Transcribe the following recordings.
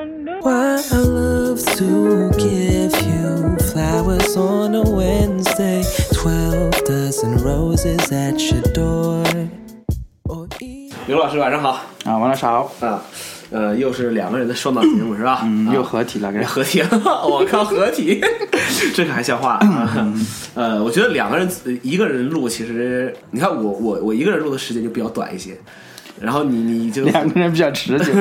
I love to give you flowers on a Wednesday, 12 dozen roses at your door. Or even 刘老师晚上好啊，王老师好，啊，呃，又是两个人的双档节目是吧？嗯，啊又合体了，跟合体了， 我靠，合 体，这个还像话嗯啊！呃，我觉得两个人呃一个人录，其实你看我我我一个人录的时间就比较短一些，然后你你就两个人比较持久。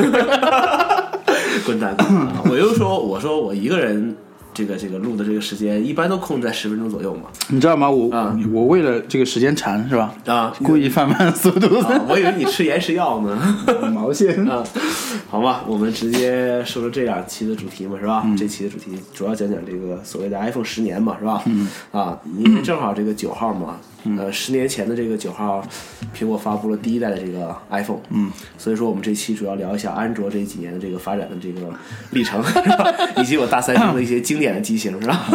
滚蛋！啊我又说我说我一个人这个这个录的这个时间一般都控制在十分钟左右嘛 你知道吗？我、啊我为了这个时间长是吧？啊故意放慢速度啊，我以为你吃延时药呢。 毛线。啊， 好吧，我们直接说说这两期的主题嘛，是吧？这期的主题主要讲讲这个所谓的 iPhone 十年嘛，是吧？嗯、啊，因为正好这个九号嘛，呃，十年前的这个九号，苹果发布了第一代的这个 iPhone，嗯，所以说我们这期主要聊一下安卓这几年的这个发展的这个历程，是吧以及我大三生的一些经典的机型，是吧？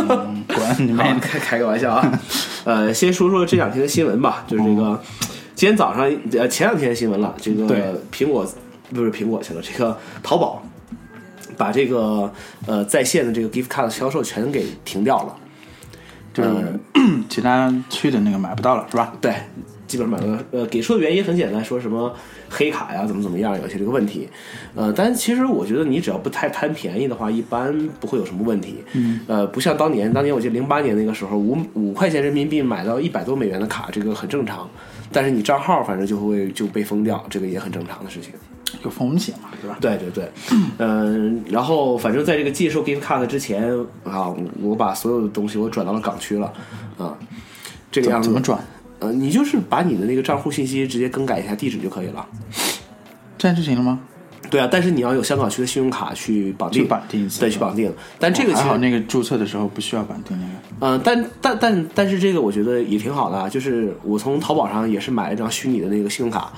管你 妹好，！开开个玩笑啊。呃，先说说这两天的新闻吧，就是这个、今天早上呃前两天的新闻了，这对个呃苹果不是苹果去了，这个淘宝把这个呃在线的这个 gift card 的销售全给停掉了。 就是其他区的那个买不到了是吧？对，基本上买了。呃，给出的原因很简单，说什么黑卡呀，怎么怎么样，有些这个问题。呃，但其实我觉得你只要不太贪便宜的话，一般不会有什么问题。嗯，呃，不像当年，当年我记得零八年那个时候，五五块钱人民币买到一百多美元的卡，这个很正常。但是你账号反正就会就被封掉，这个也很正常的事情。有风险嘛，对吧？对对对，嗯、然后反正在这个寄售 gift card 之前啊，我我把所有的东西我转到了港区了啊，这个怎样么子怎么转？呃，你就是把你的那个账户信息直接更改一下地址就可以了。这样就行了吗？对啊，但是你要有香港区的信用卡去绑定，去绑定一次哦对，去绑定。但这个其还实，啊好嗯、那个注册的时候不需要绑定那个。但但但但是这个我觉得也挺好的啊，就是我从淘宝上也是买了一张虚拟的那个信用卡，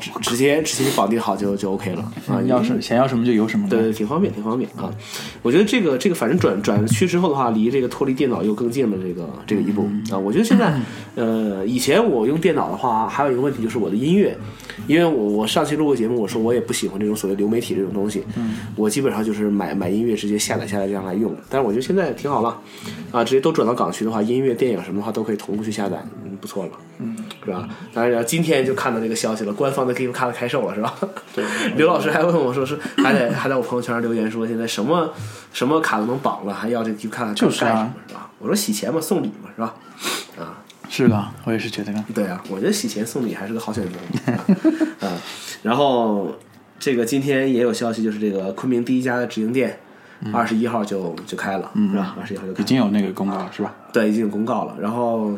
直直接直接绑定好就就 OK 了啊，嗯要是想要什么就有什么。对，对，挺方便，挺方便啊！我觉得这个这个，反正转转区之后的话，离这个脱离电脑又更近了这个这个一步啊。我觉得现在，呃，以前我用电脑的话，还有一个问题就是我的音乐，因为我我上期录过节目，我说我也不喜欢这种所谓流媒体这种东西，我基本上就是买买音乐直接下载下来这样来用。但是我觉得现在挺好了，啊，直接都转到港区的话，音乐、电影什么的话都可以同步去下载，嗯，不错了。是吧？当然，然后今天就看到这个消息了，官方的 Gift Card 开售了，是吧？对。 刘老师还问我说是，还在还在我朋友圈上留言说，现在什么什么卡都能绑了，还要这个 Gift Card 就是啊干什么，是吧？我说洗钱嘛，送礼嘛，是吧？啊，是的，我也是觉得呢。对啊，我觉得洗钱送礼还是个好选 择。啊，啊然后这个今天也有消息，就是这个昆明第一家的直营店，嗯二十一号就就开了，是吧？二十一号就开已了。经有那个公告了是吧？对，已经有公告了。然后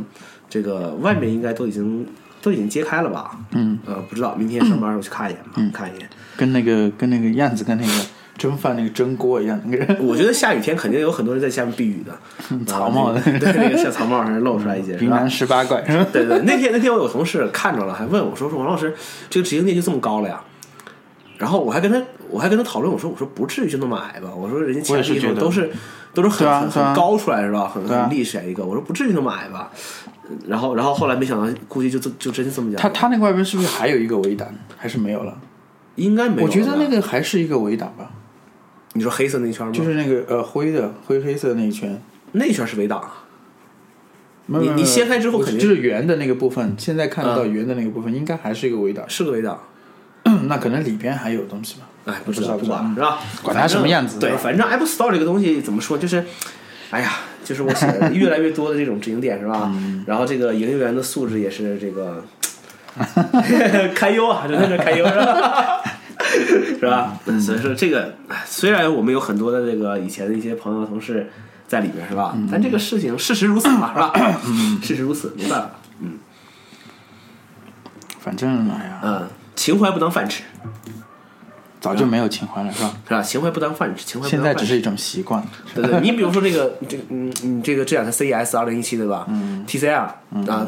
这个外面应该都已经都已经揭开了吧？嗯，呃，不知道，明天上班我去看一眼吧，嗯看一眼。跟那个跟那个样子跟那个 蒸饭那个蒸锅一样，那个人我觉得下雨天肯定有很多人在下面避雨的， 草帽啊对，那个像草帽上露出来一些，是 云吧南？十八怪。 对对，那天那天我有同事看着了，还问我说说王老师，这个直营店就这么高了呀？然后我还跟他我还跟他讨论，我说我说不至于就那么矮吧？我说人家其我他也是地方觉得都是都是很、对啊很对啊很高出来是吧？很对啊很历史一个，我说不至于那么矮吧？然后然后后来没想到，估计就这就真这么讲了。它它那个外边是不是还有一个围挡？还是没有了？应该没有。我觉得那，个还是一个围挡吧，你说黑色那一圈吗？就是那个呃灰的灰黑色那一圈。那一圈是围挡啊。没有你没有没有你掀开之后我肯定嗯就是圆的那个部分，现在看得到圆的那个部分，应该还是一个围挡。嗯是个围挡。那可能里边还有东西吧。哎，不知道不不知道管了是吧？管它反正什么样子对，是吧反正 App Store 这个东西怎么说，就是，哎呀，就是我写的越来越多的这种直营店是 吧？嗯然后这个营业员的素质也是这个 堪忧啊，真的是堪忧是吧？ 是吧？嗯所以说这个，哎虽然我们有很多的这个以前的一些朋友同事在里边是吧？嗯但这个事情事实如此嘛是吧？事实如此，没办法，嗯反正哎呀，嗯，情怀不当饭吃。早就没有情怀了，是吧？是吧？情怀不当饭吃，情怀不现当饭在吃。只是一种习惯。对对，你比如说这个，这个嗯，你这个这两天 CES 二零一七对吧？嗯，TCL 啊，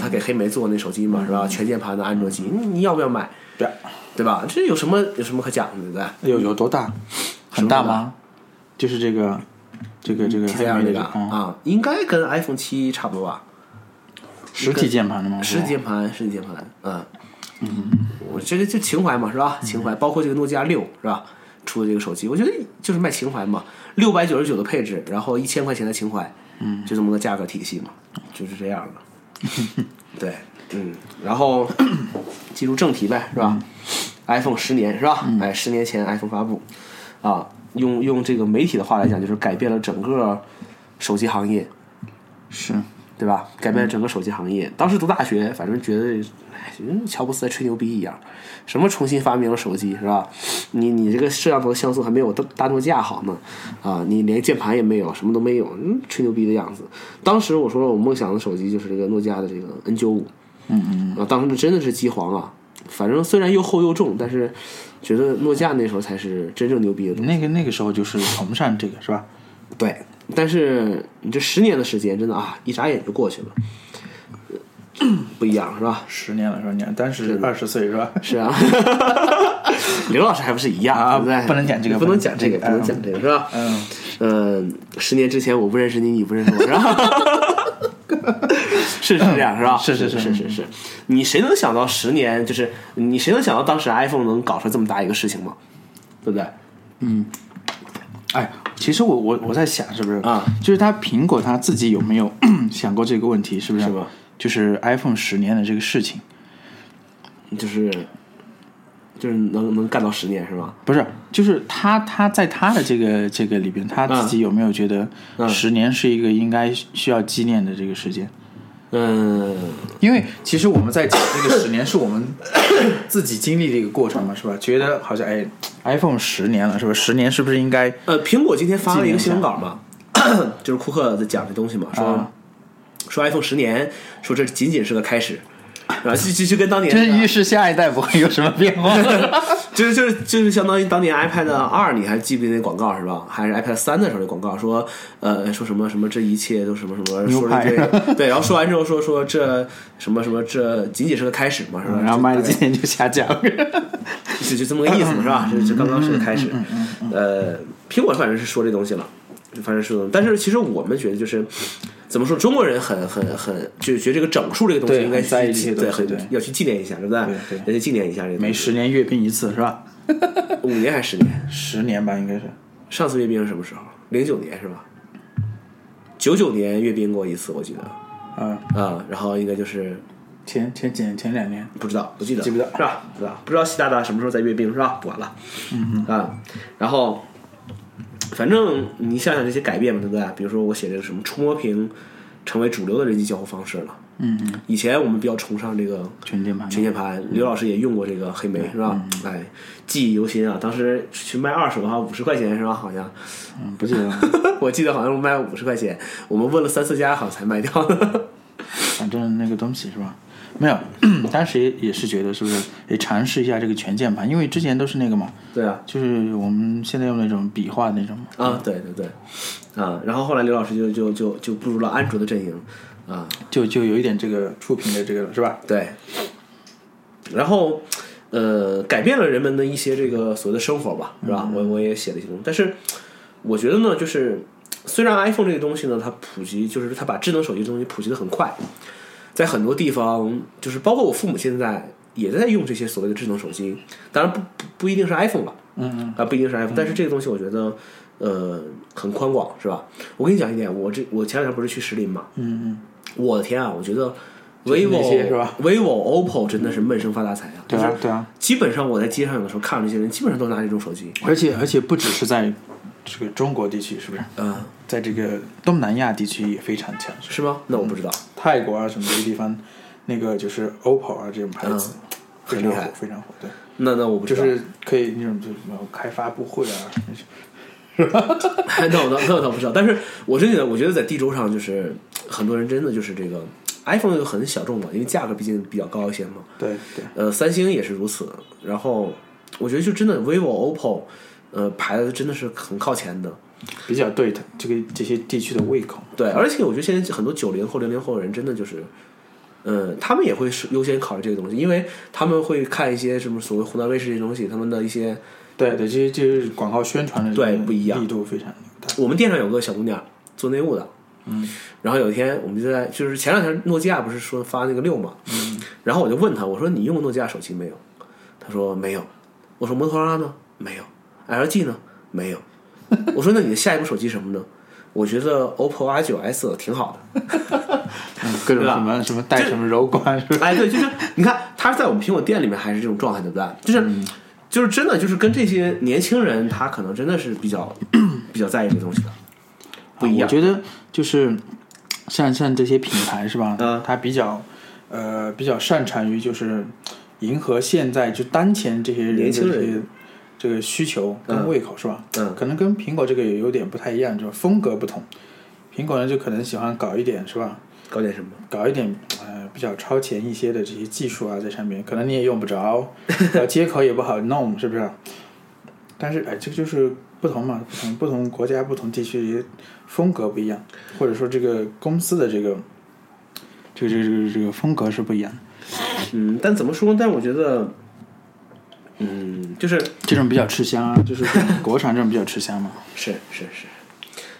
他给黑莓做那手机嘛，是吧？嗯全键盘的安卓机，你你要不要买？对，对吧？这有什么有什么可讲的？对吧？ 有有多大？很大吗？就是这个，这个这个黑 TCL 莓那的个嗯，啊，应该跟 iPhone 七差不多吧？实体键盘的吗？实体键盘，嗯实体键盘，嗯，我这个就情怀嘛，是吧？情怀，包括这个诺基亚六是吧？出的这个手机，我觉得就是卖情怀嘛，六百九十九的配置，然后一千块钱的情怀，嗯，就这么个价格体系嘛，就是这样的。对，嗯，然后进入正题呗，是吧、i p h o n e 十年是吧？哎，十年前 iPhone 发布，啊，用用这个媒体的话来讲，就是改变了整个手机行业，是，对吧？改变了整个手机行业。当时读大学，反正觉得，哎，嗯乔布斯在吹牛逼一样，什么重新发明了手机是吧？你你这个摄像头像素还没有大大诺基亚好呢，啊，你连键盘也没有，什么都没有，嗯，吹牛逼的样子。当时我说我梦想的手机就是这个诺基亚的这个 N 九五，嗯嗯，啊，当时真的是机皇啊。反正虽然又厚又重，但是觉得诺基亚那时候才是真正牛逼的东西。那个那个时候就是崇尚这个是吧？对，但是你这十年的时间，真的啊，一眨眼就过去了，呃 不一样是吧？十年了是吧？你当时二十岁是吧？是啊， 刘老师还不是一样，啊对不对？不能讲这个不能讲这个，不不能能讲讲这个，是吧？嗯，嗯，十年之前我不认识你，你不认识我，是吧？ 是是这样，是吧？是是是是是是，你谁能想到十年，就是你谁能想到当时 iPhone 能搞出这么大一个事情吗？对不对？哎，其实我我我在想，是不是啊就是他苹果他自己有没有 想过这个问题？是不是？是吧就是 iPhone 十年的这个事情，就是就是能能干到十年是吧？不是，就是他他在他的这个这个里边，他自己有没有觉得十年是一个应该需要纪念的这个时间？嗯，因为其实我们在讲这 个十年，是我们自己经历的一个过程嘛，是吧？觉得好像哎，iPhone 十年了，是吧？十年是不是应该呃，苹果今天发了一个新闻稿嘛， 就是库克在讲这东西嘛，说、啊说 iPhone 十年，说这仅仅是个开 始，啊，就就就跟当年真预示下一代不会有什么变化？就是就是就是相当于当年 iPad 二，你还记不记得那广告是吧？还是 iPad 三的时候那广告说，呃，说什么什么这一切都什么什么，牛说了一排堆，对，然后说完之后说说这什么什么这仅仅是个开始嘛，是吧？ 嗯然后卖卖了今天就下 架了。就就这么个意思嘛，是吧？嗯这这刚刚是个开始，呃，苹果反正是说这东西了，反正是，但是其实我们觉得就是怎么说，中国人很很很就觉得这个整数这个东西对应该很在意这去些东对西很对要去纪念一下，对不对？对对要去纪念一下这个东西每十年阅兵一次是吧？五年还是十年？十年吧，应该是。上次阅兵是什么时候？零九年是吧？九九年阅兵过一次，我记得嗯，啊，然后应该就是前前前前两年，不知道，不记得，记不得是吧？不知道，不知道习大大什么时候在阅兵是吧？不管了，嗯啊，然后反正你想想这些改变嘛，对不对？比如说我写这个什么触摸屏成为主流的人机交互方式了，嗯，以前我们比较崇尚这个全键盘，全键盘，刘老师也用过这个黑莓是吧？哎，记忆犹新啊，当时去卖二手的话五十块钱是吧？好像 嗯，不记得了，我记得好像是卖五十块钱，我们问了三四家好像才卖掉的。 反正那个东西是吧？没有， 当时也也是觉得是不是也尝试一下这个全键盘，因为之前都是那个嘛，对啊，就是我们现在用那种笔画那种嘛。啊，对对对，啊，然后后来刘老师就就就就步入了安卓的阵营，啊，就就有一点这个触屏的这个了，是吧？对，然后呃，改变了人们的一些这个所谓的生活吧，是嗯吧？我我也写了一些东西，但是我觉得呢，就是虽然 iPhone 这个东西呢，它普及就是它把智能手机这东西普及的很快，在很多地方，就是包括我父母现在也在用这些所谓的智能手机，当然不不不一定是 iPhone 了。嗯啊，不一定是 iPhone，但是这个东西我觉得，呃，很宽广，是吧？我跟你讲一点，我这我前两天不是去石林嘛，嗯嗯，我的天啊，我觉得是那 vivo 些是吧 vivo、OPPO 真的是闷声发大财啊！对就啊是对啊，基本上我在街上有的时候看到这些人，基本上都拿这种手机，而且而且不只是在这个中国地区，是不是？嗯，在这个东南亚地区也非常强，是吧是吗？那我不知道，泰国啊什么这些地方，那个就是 OPPO 啊这种牌子，嗯非很常厉火害，非常火，对。那那我不就知道，是可以那种就是什么开发布会啊，那种 那我倒那我倒不知道，但是我真觉得，我觉得在地州上就是很多人真的就是这个 iPhone 就很小众嘛，因为价格毕竟比较高一些嘛，对对，呃，三星也是如此。然后我觉得就真的 vivo、OPPO，呃，排的真的是很靠前的。比较对它这个这些地区的胃口。对，而且我觉得现在很多九零后、零零后的人真的就是，呃，他们也会是优先考虑这个东西，因为他们会看一些什么所谓湖南卫视这些东西，他们的一些对对，这些这些广告宣传的对这个不一样力度非常大。我们店上有个小姑娘做内务的，嗯，然后有一天我们就在就是前两天诺基亚不是说发那个六嘛，嗯，然后我就问她，我说你用过诺基亚手机没有？她说没有。我说摩托罗拉呢？没有。 LG 呢？没有。我说那你的下一步手机什么呢？我觉得 OPPO R 9 S 挺好的。 各嗯对种吧什么什么带什么柔光是吧？ 哎，对，就是你看他在我们苹果店里面还是这种状态，对不对？就是、嗯就是真的就是跟这些年轻人，他可能真的是比较 比较在意这个东西的，不一我样。觉得就是像像这些品牌是吧？嗯它比较呃比较擅长于就是迎合现在就当前这些人的年这轻些人这个需求跟嗯胃口、是吧？嗯可能跟苹果这个也有点不太一样，就是风格不同。苹果呢就可能喜欢搞一点是吧？搞点什么？搞一点呃比较超前一些的这些技术啊，在上面可能你也用不着，然后接口也不好弄，是不是？但是哎，这个就是不同嘛，不同不同国家、不同地区风格不一样，或者说这个公司的这个这个这个这个这个风格是不一样的，嗯，但怎么说？但我觉得，嗯，就是这种比较吃香啊，就是这种国产这种比较吃香嘛。是是是，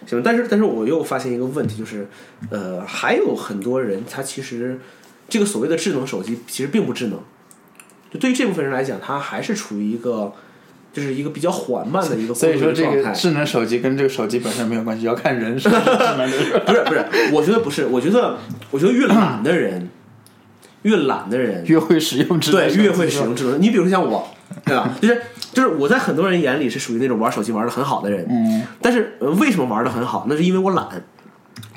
行，但是但是我又发现一个问题，就是呃，还有很多人他其实这个所谓的智能手机其实并不智能，就对于这部分人来讲，他还是处于一个就是一个比较缓慢的一个 所以说，工作这的状个态。智能手机跟这个手机本身没有关系， 要看人是不是智能 的。不是不是，我觉得不是，我觉得我觉得越懒的人，越懒的人越会使用智能对手机越会使用智能。你比如说像我，对吧？就是就是我在很多人眼里是属于那种玩手机玩的很好的人，嗯，但是、呃为什么玩的很好？那是因为我懒。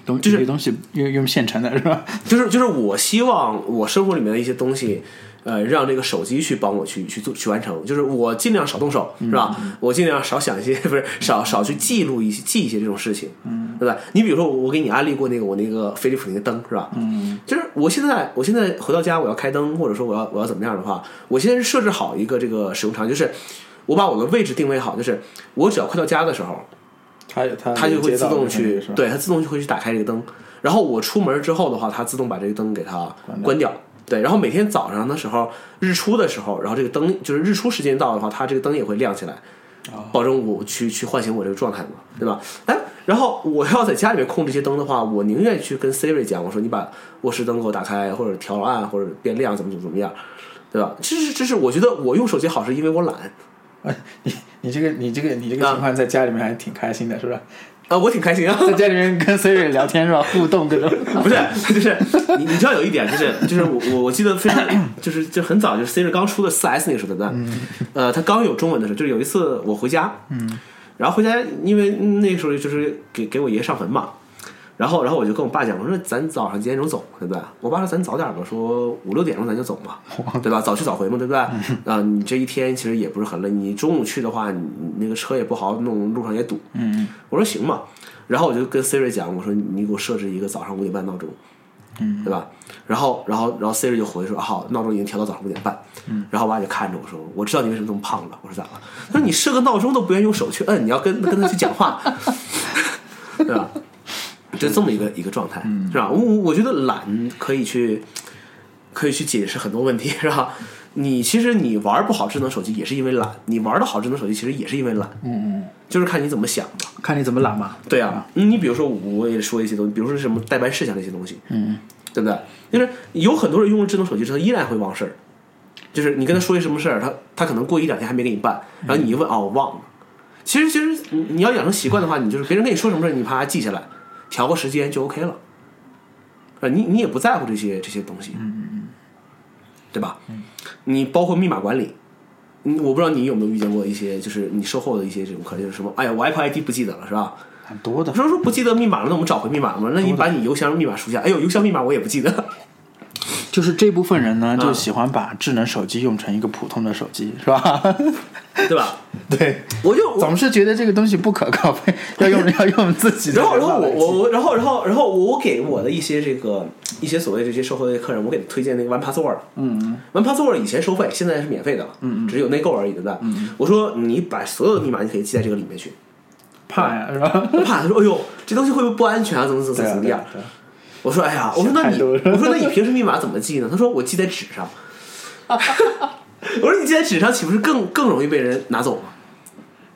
东就是这些东西用用现成的是吧？就是就是我希望我生活里面的一些东西，呃，让这个手机去帮我去去做去完成。就是我尽量少动手，是吧？我尽量少想一些， 不是少少去记录一些记一些这种事情，嗯，对吧？你比如说我我给你安利过那个我那个飞利浦那个灯，是吧？嗯，就是我现在我现在回到家我要开灯，或者说我要我要怎么样的话，我先设置好一个这个使用场景，就是我把我的位置定位好，就是我只要快到家的时候，它它它它就会自动去是吧？，对，它自动就会去打开这个灯。然后我出门之后的话，它自动把这个灯给它关掉。对，然后每天早上的时候，日出的时候，然后这个灯就是日出时间到的话，它这个灯也会亮起来，保证我去去唤醒我这个状态嘛，对吧？哎，然后我要在家里面控制一些灯的话，我宁愿去跟 Siri 讲，我说你把卧室灯给我打开，或者调暗，或者变亮，怎么怎么怎么样，对吧？这是这是我觉得我用手机好是因为我懒，哎，你你这个你这个你这个情况在家里面还挺开心的，是吧？啊，我挺开心啊。 在家里面跟 Siri 聊天是吧？互动各种。 不是，就是你你知道有一点，就是就是我我我记得非常就是就很早就是 Siri 刚出的四 S 那个时候对不对？呃，它刚有中文的时候，就是有一次我回家，嗯，然后回家因为那个时候就是给给我爷爷上坟嘛。然后，然后我就跟我爸讲，我说咱早上几点钟走，对不对？我爸说咱早点吧，说五六点钟咱就走嘛，对吧？早去早回嘛，对不对？啊、你这一天其实也不是很累，你中午去的话，你你那个车也不好弄，路上也堵。嗯，我说行嘛，然后我就跟 Siri 讲，我说你给我设置一个早上五点半闹钟，嗯，对吧？然后，然后，然后 Siri 就回说，啊好，闹钟已经调到早上五点半。嗯，然后我爸就看着我说，我知道你为什么这么胖了。我说咋了？他说你设个闹钟都不愿意用手去摁，你要跟跟他去讲话，对吧？就这么一个一个状态，是吧？我我觉得懒可以去可以去解释很多问题，是吧？你其实你玩不好智能手机也是因为懒，你玩的好智能手机其实也是因为懒，嗯嗯，就是看你怎么想嘛。看你怎么懒嘛。对啊，你比如说我也说一些东西，比如说什么代办事项这些东西，嗯，对不对？就是有很多人用了智能手机之后，依然会忘事儿。就是你跟他说一什么事儿，他他可能过一两天还没给你办，然后你一问，哦，我忘了。其实其实你你要养成习惯的话，你就是别人跟你说什么事儿，你啪记下来，调个时间就 OK 了。啊，你你也不在乎这些这些东西，嗯嗯嗯，对吧？你包括密码管理，嗯我不知道你有没有遇见过一些，就是你售后的一些这种客人，就是什么，哎呀，我 Apple ID 不记得了，是吧？很多的我。说说不记得密码了，那我们找回密码吗？那你把你邮箱密码输一下。哎呦，邮箱密码我也不记得。 就是这部分人呢，就喜欢把智能手机用成一个普通的手机，是吧？ 对吧？对，我就我总是觉得这个东西不可靠， 非要用要用自己的然后人然脑后来我记。我我然后然后然后我我给我的一些这个一些所谓这些售后的客人，我给他推荐那个 One Password。嗯嗯，One Password 以前收费，现在是免费的了。嗯只是有内购而已，对吧？嗯，我说你把所有的密码你可以记在这个里面去。怕呀，是吧？ 我怕他说，哎呦，这东西会不会不安全啊？怎么怎么怎对么啊怎么对样啊？对啊我说哎呀，我说那太你，多了我说那你平时密码怎么记呢？他说我记在纸上。 我说你记在纸上，岂不是更更容易被人拿走吗？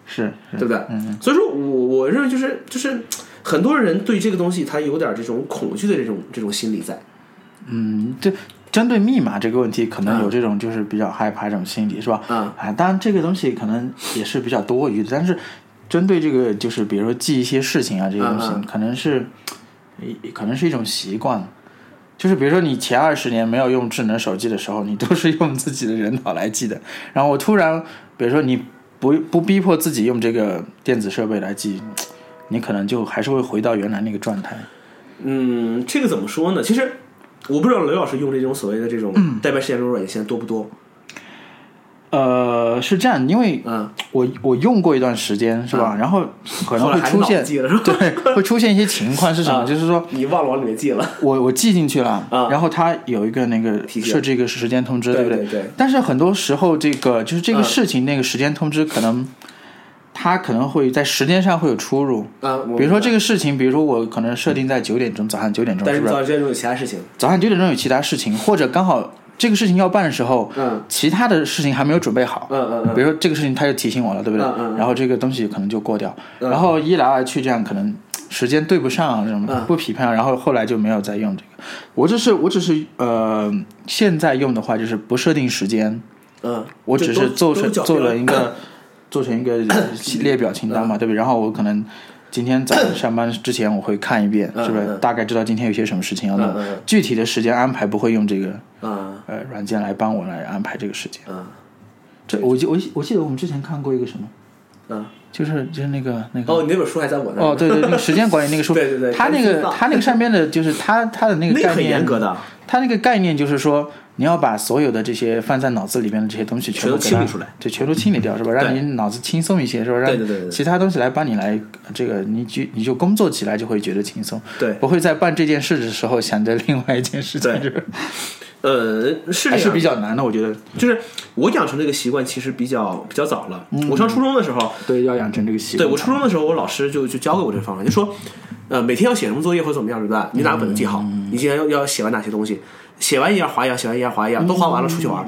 是，是对不对？嗯所以说我我认为就是就是很多人对这个东西他有点这种恐惧的这种这种心理在。嗯，这针对密码这个问题，可能有这种就是比较害怕这种心理，是吧？嗯啊，当然这个东西可能也是比较多余的，但是针对这个就是比如说记一些事情啊，这些东西、嗯嗯可能是，也可能是一种习惯。就是比如说，你前二十年没有用智能手机的时候，你都是用自己的人脑来记的。然后我突然，比如说你不不逼迫自己用这个电子设备来记，你可能就还是会回到原来那个状态。嗯，这个怎么说呢？其实我不知道刘老师用这种所谓的这种嗯代办事项这种软件现在多不多？呃，是这样，因为嗯，我我用过一段时间，是吧？然后可能后来会还出脑现，记了是吧 对，会出现一些情况是什么？啊就是说 你忘了往里面记了。我我记进去了，啊然后它有一个那个提醒设置一个时间通知，对不对？对对但是很多时候，这个就是这个嗯事情，那个时间通知可能它可能会在时间上会有出入。啊，我比如说这个事情，比如说我可能设定在九点钟，早上九点钟，但是是不你是早？上九点钟有其他事情，早上九点钟有其他事情，或者刚好这个事情要办的时候，嗯其他的事情还没有准备好，嗯嗯嗯比如说这个事情他就提醒我了，对不对？嗯嗯嗯然后这个东西可能就过掉，然后一来二去这样可能时间对不上，什么、嗯不匹配，然后后来就没有再用这个。我只是我只是呃，现在用的话就是不设定时间，嗯，我只是做成成做了一个做成一个列表清嗯单嘛，对不对？然后我可能今天早上上班之前我会看一遍，嗯是不是嗯？大概知道今天有些什么事情要弄嗯嗯嗯，具体的时间安排不会用这个啊呃软件来帮我来安排这个时间。啊这我记我记我记得我们之前看过一个什么，啊！就是就是那个那个哦，你那本书还在我那儿。哦，对对，那个时间管理那个书， 对对对它那赶个紧放它那个上面的就是它它的那个 那个概很念严格的，它那个概念就是说，你要把所有的这些放在脑子里面的这些东西全全部都给它清理出来，对，全都清理掉是吧？让你脑子轻松一些是吧？对对对对让对其他东西来帮你来这个，你就你就工作起来就会觉得轻松，对不会在办这件事的时候想着另外一件事情，对是吧呃，是还这是样比较难的，我觉得。就是我养成这个习惯其实比较比较早了。我上初中的时候，对，要养成这个习对惯。我初中的时候，我老师就就教给我这方法，就说，呃，每天要写什么作业或者怎么样，对吧？你拿本子记好，嗯你今天要要写完哪些东西，写完一样划一样，写完一样划一嗯样，都划完了出去玩儿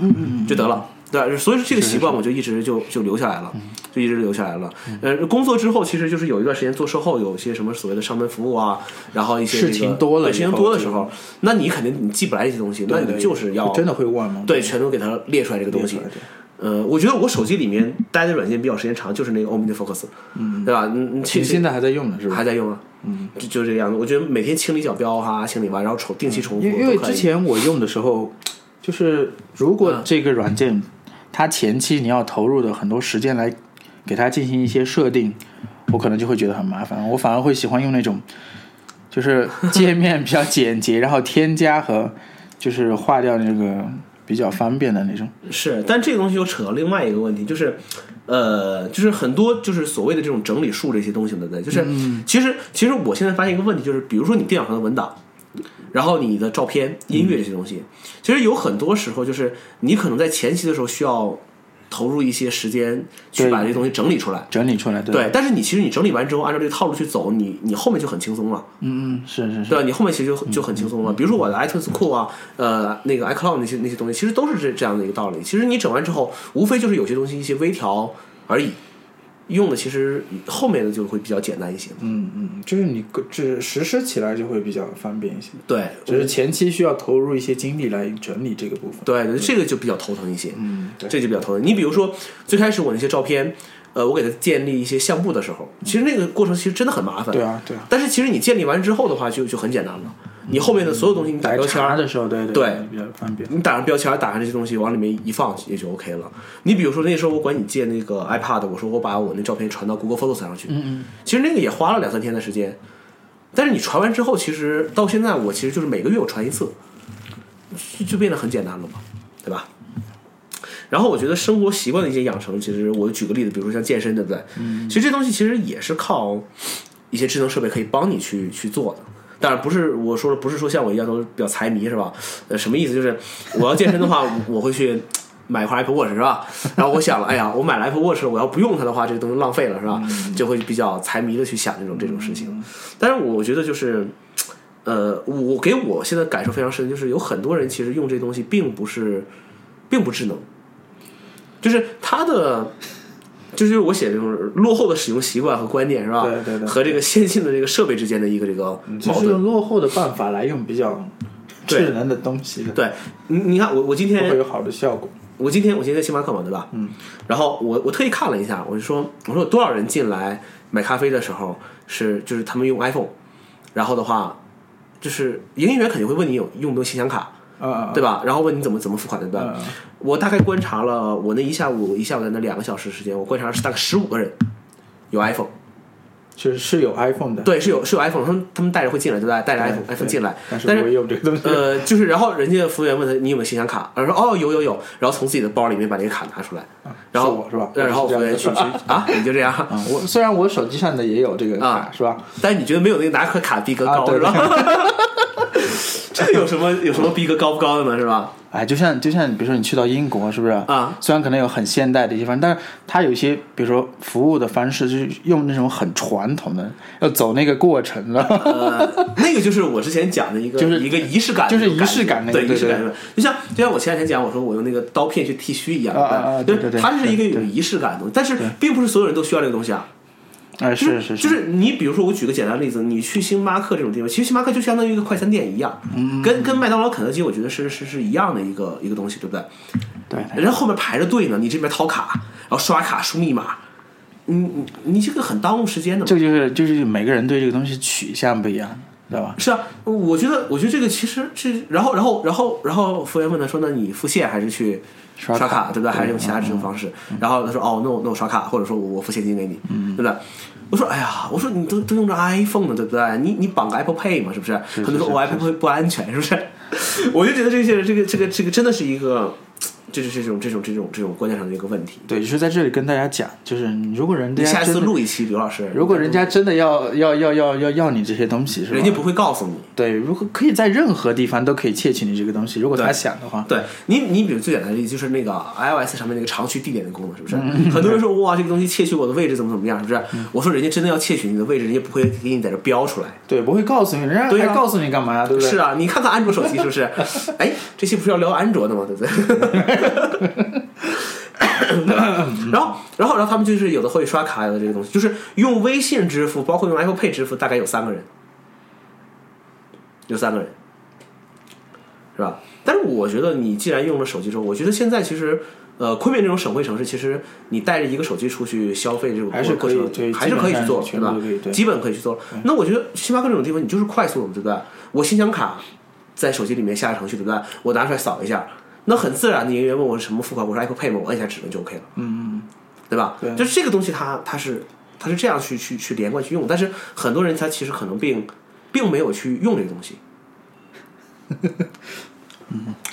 就得了。对，所以说这个习惯我就一直就就留下来了，嗯就一直留下来了。呃，工作之后其实就是有一段时间做售后，有些什么所谓的上门服务啊，然后一些、这个、事情多了对以事情后多的就时候，那你肯定你记不来这些东西，那对你就是要真的会忘吗？对，全都给它列出来这个东西列出来对。呃，我觉得我手机里面待的软件比较时间长，就是那个 OmniFocus，嗯，对吧？嗯，你其现实在还在用呢，是吧？还在用啊，嗯，就就这个样子。我觉得每天清理脚标哈、清理完然后重定期重复因都为可以，因为之前我用的时候，就是如果这个软件、它前期你要投入的很多时间来给它进行一些设定，我可能就会觉得很麻烦。我反而会喜欢用那种，就是界 面比较简洁，然后添加和就是划掉那个比较方便的那种。是，但这个东西又扯到另外一个问题，就是，呃，就是很多就是所谓的这种整理术这些东西，对不对？就是、其实其实我现在发现一个问题，就是比如说你电脑上的文档，然后你的照片、音乐这些东西，其实有很多时候就是你可能在前期的时候需要投入一些时间去对把这些东西整理出来。整理出来，对对，但是你其实你整理完之后，按照这个套路去走，你你后面就很轻松了。嗯嗯，是是是，对吧？你后面其实就就很轻松了。比如说我的 iTunes Cool 啊，呃，那个 iCloud 那些那些东西，其实都是这这样的一个道理。其实你整完之后，无非就是有些东西一些微调而已，用的其实后面的就会比较简单一些。嗯嗯，就是你只实施起来就会比较方便一些，对，只是前期需要投入一些精力来整理这个部分。对，这个就比较头疼一些。嗯，对，这就比较头疼。你比如说，最开始我那些照片，呃，我给它建立一些相簿的时候，其实那个过程其实真的很麻烦。对啊对啊。但是其实你建立完之后的话就，就很简单了。你后面的所有东西，你打来标签儿查的时候，对对对比较方便。你打上标签，打上这些东西，往里面一放也就 OK 了。你比如说那时候我管你借那个 iPad，我说我把我那照片传到 Google Photos 上去，嗯其实那个也花了两三天的时间。但是你传完之后，其实到现在我其实就是每个月我传一次，就就变得很简单了嘛，对吧？然后我觉得生活习惯的一些养成，其实我举个例子，比如说像健身，对不对？嗯其实这东西其实也是靠一些智能设备可以帮你去去做的。当然不是我说的，不是说像我一样都是比较财迷是吧？呃，什么意思？就是我要健身的话， 我我会去买一块 Apple Watch 是吧？然后我想了，哎呀，我买了 Apple Watch，我要不用它的话，这个东西浪费了是吧？嗯就会比较财迷的去想这种这种事情。但是我觉得就是，呃，我给我现在感受非常深，就是有很多人其实用这东西并不是，并不智能，就是他的。就是我写这种落后的使用习惯和观念是吧？对对对和这个先进的这个设备之间的一个这个嗯就矛是盾用。落后的办法来用比较对智能的东西的，对，你你看我我今不会天有好的效果。我今天我今天在星巴克嘛，对吧？嗯。然后我我特意看了一下，我就说我说有多少人进来买咖啡的时候是就是他们用 iPhone，然后的话就是营业员肯定会问你有用不用信用卡，啊啊，对吧？吧？然后问你怎么怎么付款，对吧？嗯我大概观察了我那一下午一下午在那两个小时时间，我观察了大概十五个人有 iPhone。就是是有 iPhone 的，对，是有是有 iPhone，他们他们带着会进来，对吧？带着对 iPhone 对 iPhone 进来，但是但不是会用这个东西。呃，就是然后人家服务员问他你有没有信用卡，然后说哦有有有，然后从自己的包里面把那个卡拿出来，然后呃啊是我是吧？然后我服务员去是这去样的啊，你就这样，啊， 我虽然我手机上的也有这个啊卡，是吧？但你觉得没有那个拿颗卡逼格啊高、对是吧？ 这有什么有什么逼格高不高的呢？是吧？哎，就像就像比如说你去到英国，是不是啊虽然可能有很现代的一些方式，但是它有一些比如说服务的方式，就是用那种很传统的，要走那个过程了。呃，那个就是我之前讲的一个，就是一个仪式感就那是种感觉，仪式感那个对对仪式感对那种，就像就像我前两天讲，我说我用那个刀片去剃须一样，啊啊啊对吧就对对是对它是一个有对仪式感的东西，但是并不是所有人都需要这个东西啊。 哎，就是是就是你比如说，我举个简单的例子，你去星巴克这种地方，其实星巴克就相当于一个快餐店一样，嗯跟跟麦当劳、肯德基，我觉得是是是一样的一个一个东西，对不对？对对人家后面排着队呢，你这边掏卡，然后刷卡、输密码，你你你这个很耽误时间的嘛。这个就是就是每个人对这个东西取向不一样，知道吧？是啊，我觉得，我觉得这个其实是，然后，然后，然后，然后，服务员问他说：“那你付现还是去刷卡，卡嗯对不对？还是用其他支付方式？”然后他说：“哦，那我那我刷卡，或者说我我付现金给你，嗯对不对？”我说：“哎呀，我说你都都用着 iPhone 呢，对不对？你你绑个 Apple Pay 嘛，是不是？”很多人说：“我 Apple Pay 不安全，是不是？” 我就觉得这些这个这个这个真的是一个，这就是这种这种这种这种观念上的一个问题。对，就是在这里跟大家讲，就是如果人你家下真次的，录一期刘老师，如果人家真的要要要要要要你这些东西，是吧？人家不会告诉你，对，如果可以在任何地方都可以窃取你这个东西，如果他对想的话，对你，你比如最简单的例子就是那个 iOS 上面那个长驱地点的功能，是不是？嗯很多人说哇，这个东西窃取我的位置怎么怎么样，是不是？我说人家真的要窃取你的位置，人家不会给你在这标出来。对，不会告诉你，人家对啊还告诉你干嘛呀？对不对？是啊，你看看安卓手机是 不是？哎，这期不是要聊安卓的吗？对不对？ 然后，然后，然后他们就是有的会刷卡，有的这个东西，就是用微信支付，包括用 Apple Pay 支付，大概有三个人，有三个人，是吧？但是我觉得你既然用了手机之后，我觉得现在其实，呃，昆明这种省会城市，其实你带着一个手机出去消费这种还是过可以过程对还是可以去做，基对本上吧全部都可以？对嗯基本可以去做。那我觉得星巴克这种地方，你就是快速，对不对？我新疆卡在手机里面下个程序，对不对？我拿出来扫一下，那很自然的，营业员问我什么付款，我说哎 Apple Pay 嘛，我按一下指纹就 OK 了，嗯嗯，对吧？对就是这个东西它它是它是这样去去去连贯去用，但是很多人他其实可能并并没有去用这个东西。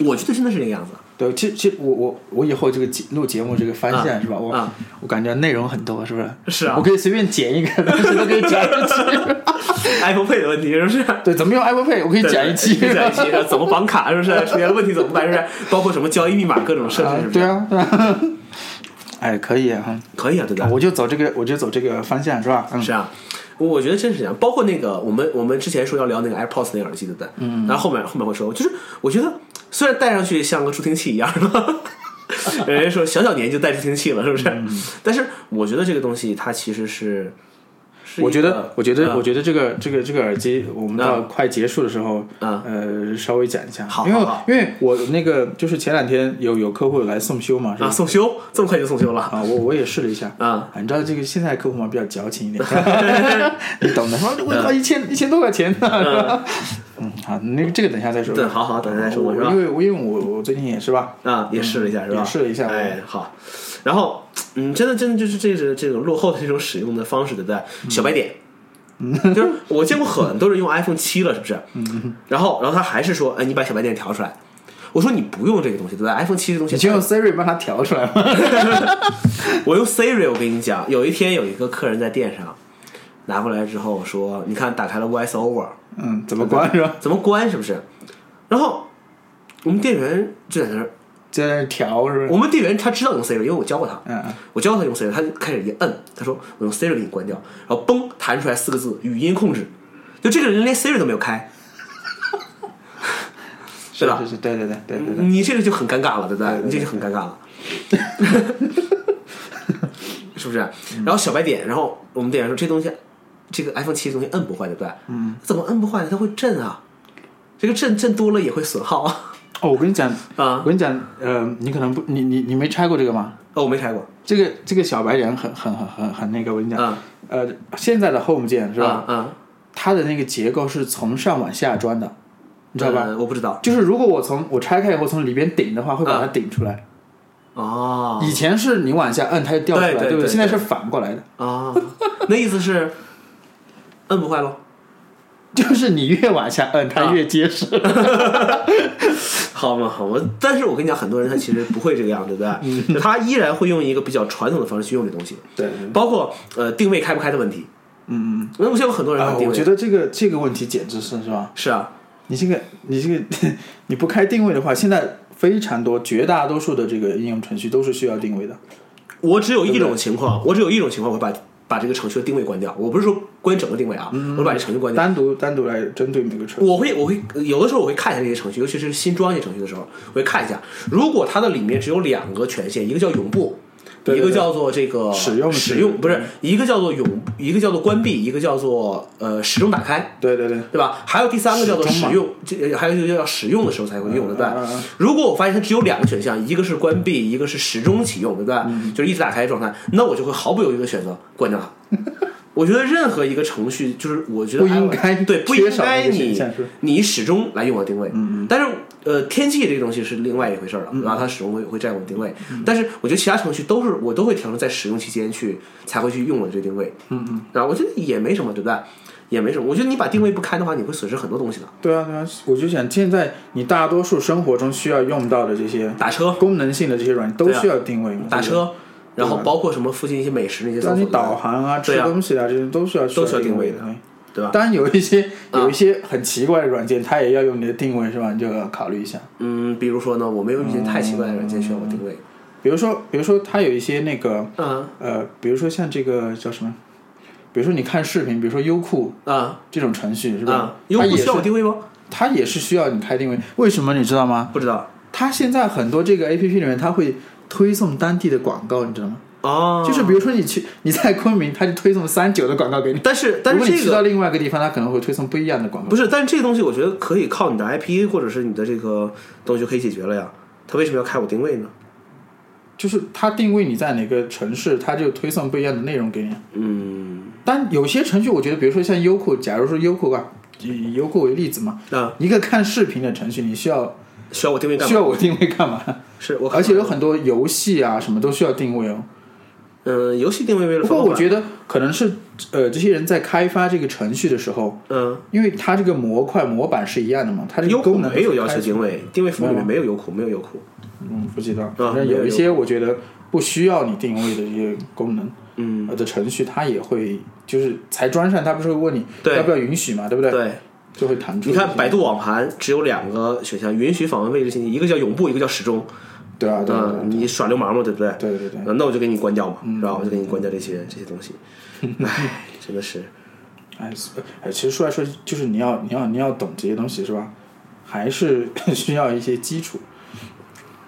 我觉得现在是这个样子，对，其实其实我我我以后这个节录节目这个方向、啊是吧？我、啊我感觉内容很多，是不是？是啊我可以随便剪一个东西都可以讲 一期。 Apple Pay 的问题是不是？对，怎么用 Apple Pay 我可以 讲一期。对讲一期，怎么绑卡是不是？出现了问题怎么办？是不是？包括什么交易密码各种设置 啊是不是？对啊，对啊。 哎，可以啊，可以啊，对吧？我就走这个，我就走这个方向是吧？嗯，是啊，我觉得真是这样。包括那个我们我们之前说要聊那个 AirPods 那个耳机，对不对？嗯。然后后面后面会说，就是我觉得虽然戴上去像个助听器一样，是吧？人家说小小年纪就戴助听器了，是不是？嗯 但是我觉得这个东西它其实是，是一个我觉得，我觉得，嗯我觉得这个这个这个耳机，我们到快结束的时候，嗯呃，稍微讲一下，好因为好好因为我那个就是前两天有有客户来送修嘛，是吧啊，？送修这么快就送修了，啊，我我也试了一下啊，你知道这个现在客户嘛比较矫情一 点，你懂的。说我靠，嗯一千一千多块钱呢，是吧？嗯，好，那个这个等一下再说。对好好等一下再说我是吧因为我因为我我最近也是吧，啊，也试了一下是吧？嗯也试了一下哎，好。然后，嗯，真的，真的就是这个这种落后的这种使用的方式，对不对？嗯小白 点，就是我见过很多人用 iPhone 七了，是不是？嗯然后，然后他还是说，哎，你把小白点调出来。我说你不用这个东西，对不对？iPhone 七这东你西就，用 Siri 帮他调出来 嘛。我用 Siri，我跟你讲，有一天有一个客人在店上拿过来之后说，你看打开了 Voice Over，嗯，怎么关是吧？怎么关是不是？然后我们店员就在那儿，在那儿调是不我是？们店员他知道用 Siri，因为我教过他。嗯嗯，我教他用 Siri，他就开始一摁，他说我用 Siri 给你关掉，然后嘣弹出来四个字语音控制，就这个人连 Siri 都没有 开，是吧嗯是是，对对对对对对。你这个就很尴尬了，对不对？对对你这就很尴尬 了，是不是？然后小白点，然后我们店员说这东西，这个 iPhone 七这东西摁不坏，对不对？嗯，怎么摁不坏呢？它会震啊。这个震震多了也会损耗啊。哦，我跟你讲，我啊，跟你讲，呃，你可能不，你你你没拆过这个吗？哦，我没拆过。这个这个小白人很很很很很那个，我跟你讲，啊呃，现在的 Home 键是吧？啊啊，它的那个结构是从上往下装的，你知道吧？呃我不知道。就是如果我从我拆开以后从里边顶的话，会把它顶出来。哦以前是你往下摁它就掉出来，对对不对现在是反过来的，啊，那意思是摁不坏喽？就是你越往下摁它啊越结实。好嘛好嘛，但是我跟你讲，很多人他其实不会这个样，对不对？就他依然会用一个比较传统的方式去用这东西，对，包括呃定位开不开的问题。嗯那我现在有很多嗯。人啊、他定我位、觉得这个这个问题简直是是吧？是啊，你这个你这个 你不开定位的话，现在非常多绝大多数的这个应用程序都是需要定位的。我只有一种情况，我只有一种情况，我把把这个程序的定位关掉。我不是说关整个定位啊，我把这程序关掉。单独单独来针对每个程序，我会我会有的时候我会看一下这些程序，尤其是新装一些程序的时候，我会看一下。如果它的里面只有两个权限，一个叫永不，对对一个叫做这个使用嗯使用，不是一个叫做永，一个叫做关闭，一个叫做呃始终打开。对对对，对吧？还有第三个叫做始使终嘛用，这还有一个叫使用的时候才会用，对不对嗯嗯嗯？如果我发现它只有两个选项，一个是关闭，一个是始终启用，对不对？嗯就是一直打开的状态，那我就会毫不犹豫的选择关掉它。我觉得任何一个程序，就是我觉得不应该 iOS- 对不应缺少那该个选你项是你始终来用我的定位。嗯但是呃，天气这个东西是另外一回事儿了，然后它始终会会占用我的定位。嗯但是我觉得其他程序都是我都会调成在使用期间去才会去用我的这个定位。嗯嗯，然后我觉得也没什么，对不对？也没什么。我觉得你把定位不开的话，你会损失很多东西的。对啊对啊，我就想现在你大多数生活中需要用到的这些打车，功能性的这些软件都对啊需要定位嘛，打对不对。车，然后包括什么附近一些美食那些搜让索的，你导航啊、吃对啊东西啊，这些都是要需都需要定位位的对对吧？当然有一些啊有一些很奇怪的软件，它也要用你的定位是吧？你就要考虑一下。嗯，比如说呢，我没有遇见太奇怪的哦软件需要我定位。比如说，比如说它有一些那个嗯呃，比如说像这个叫什么？比如说你看视频，比如说优酷啊这种程序是吧啊，？优它酷也需是要我定位吗？它也是需要你开定位。为什么你知道吗？不知道。它现在很多这个 A P P 里面，它会推送当地的广告，你知道吗？哦，就是比如说你去你在昆明，它就推送三九的广告给你。但是但如果是你这去到个另外一个地方，它可能会推送不一样的广告。不是，但是这个东西我觉得可以靠你的 IP 或者是你的这个东西就可以解决了呀。他为什么要开我定位呢？就是它定位你在哪个城市，它就推送不一样的内容给你。嗯但有些程序，我觉得，比如说像优酷，假如说优酷啊，以以优酷为例子嘛，啊，一个看视频的程序，你需要需要我定位干需嘛？要我定位干嘛？是我看而且有很多游戏啊，什么都需要定位哦。嗯，游戏定位为了不过我觉得得可能是呃，这些人在开发这个程序的时候，嗯，因为它这个模块模板是一样的嘛，它这优个酷功能没有是要开求定位，定位服务里面没有优酷，没有优酷。嗯，不知道，啊反正有一些我觉得不需要你定位的一些功能，呃嗯，的程序它也会就是才装上，它不是会问你对要不要允许嘛，对不对？对，就会弹出。你看百，度网盘只有两个选项，允许访问位置信息，一个叫永不，一个叫时钟。对啊，对啊嗯，你耍流氓嘛，对不对？对啊对对对嗯呃那我就给你关掉嘛，然后我就给你关掉这些这些东西。 唉，真的是，哎是哎，其实说来说去就是你要你要你要懂这些东西是吧？还是 需要一些基础。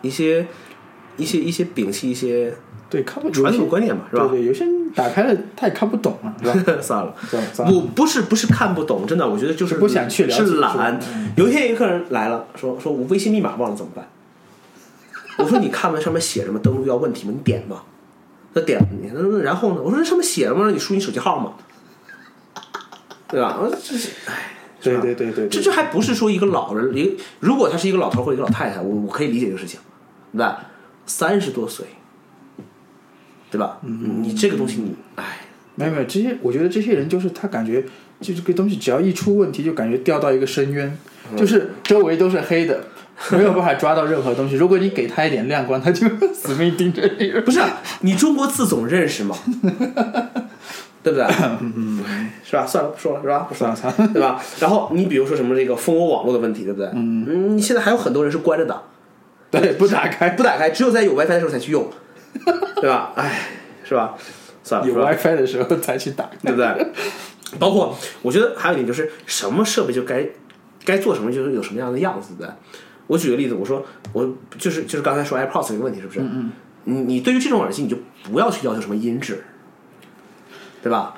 一些一些一些摒弃一些对，看不传有统些观念嘛，是对吧？对，有些人打开了他也看不懂嘛， 是吧？算了。算了算了我不是不是看不懂，真的，我觉得就是不想去了解是懒是吧。嗯有一天有一个客人来了，说说我微信密码忘了怎么办？我说你看完上面写什么登录要问题吗？你点吗？他点了你，他说然后呢？我说那上面写了吗？让你输你手机号吗？对吧？我说这是哎，是对吧对对对，对这这还不是说一个老人，一个如果他是一个老头或者一个老太太，我我可以理解这个事情，对吧？三十多岁，对吧？你这个东西你嗯哎。没有没有，这些我觉得这些人就是他感觉，就这个东西只要一出问题，就感觉掉到一个深渊，嗯就是周围都是黑的，没有办法抓到任何东西。如果你给他一点亮光，他就死命盯着你。不 是啊你中国字总认识吗？对不对？ 是吧？算了，不说了，是吧？不说了，嗯算了算了，对吧？然后你比如说什么这个蜂窝网络的问题，对不对？嗯，现在还有很多人是关着的， 对，不打开，不打开，只有在有 WiFi 的时候才去用，对吧？哎，是吧？算了，有是吧 WiFi 的时候才去打开。对不对？包括我觉得还有一点就是，什么设备就该该做什么，就是有什么样的样子，对不对？我举个例子，我说我就是就是刚才说 AirPods 这个问题，是不是？嗯你你对于这种耳机，你就不要去要求什么音质，对吧？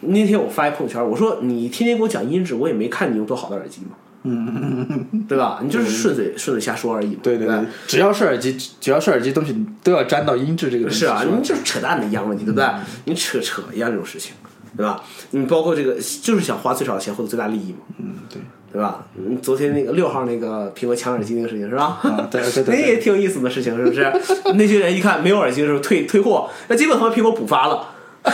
那天我发一朋友圈，我说你天天给我讲音质，我也没看你用多好的耳机嘛，嗯，对吧？你就是顺嘴顺嘴瞎说而已嘛。对对吧对，只要是耳机，只要是耳机东西都要沾到音质这个东西。是啊，嗯吧你就是扯淡的一样问题，对不对？你扯扯一样这种事情，对吧？你包括这个，就是想花最少的钱获得最大利益嘛，嗯，对，对吧？嗯，昨天那个六号那个苹果抢耳机那个事情是吧？啊 对对对对那也挺有意思的事情，是不是？ 那些人一看没有耳机的时候退退货，那结果他们苹果补发了。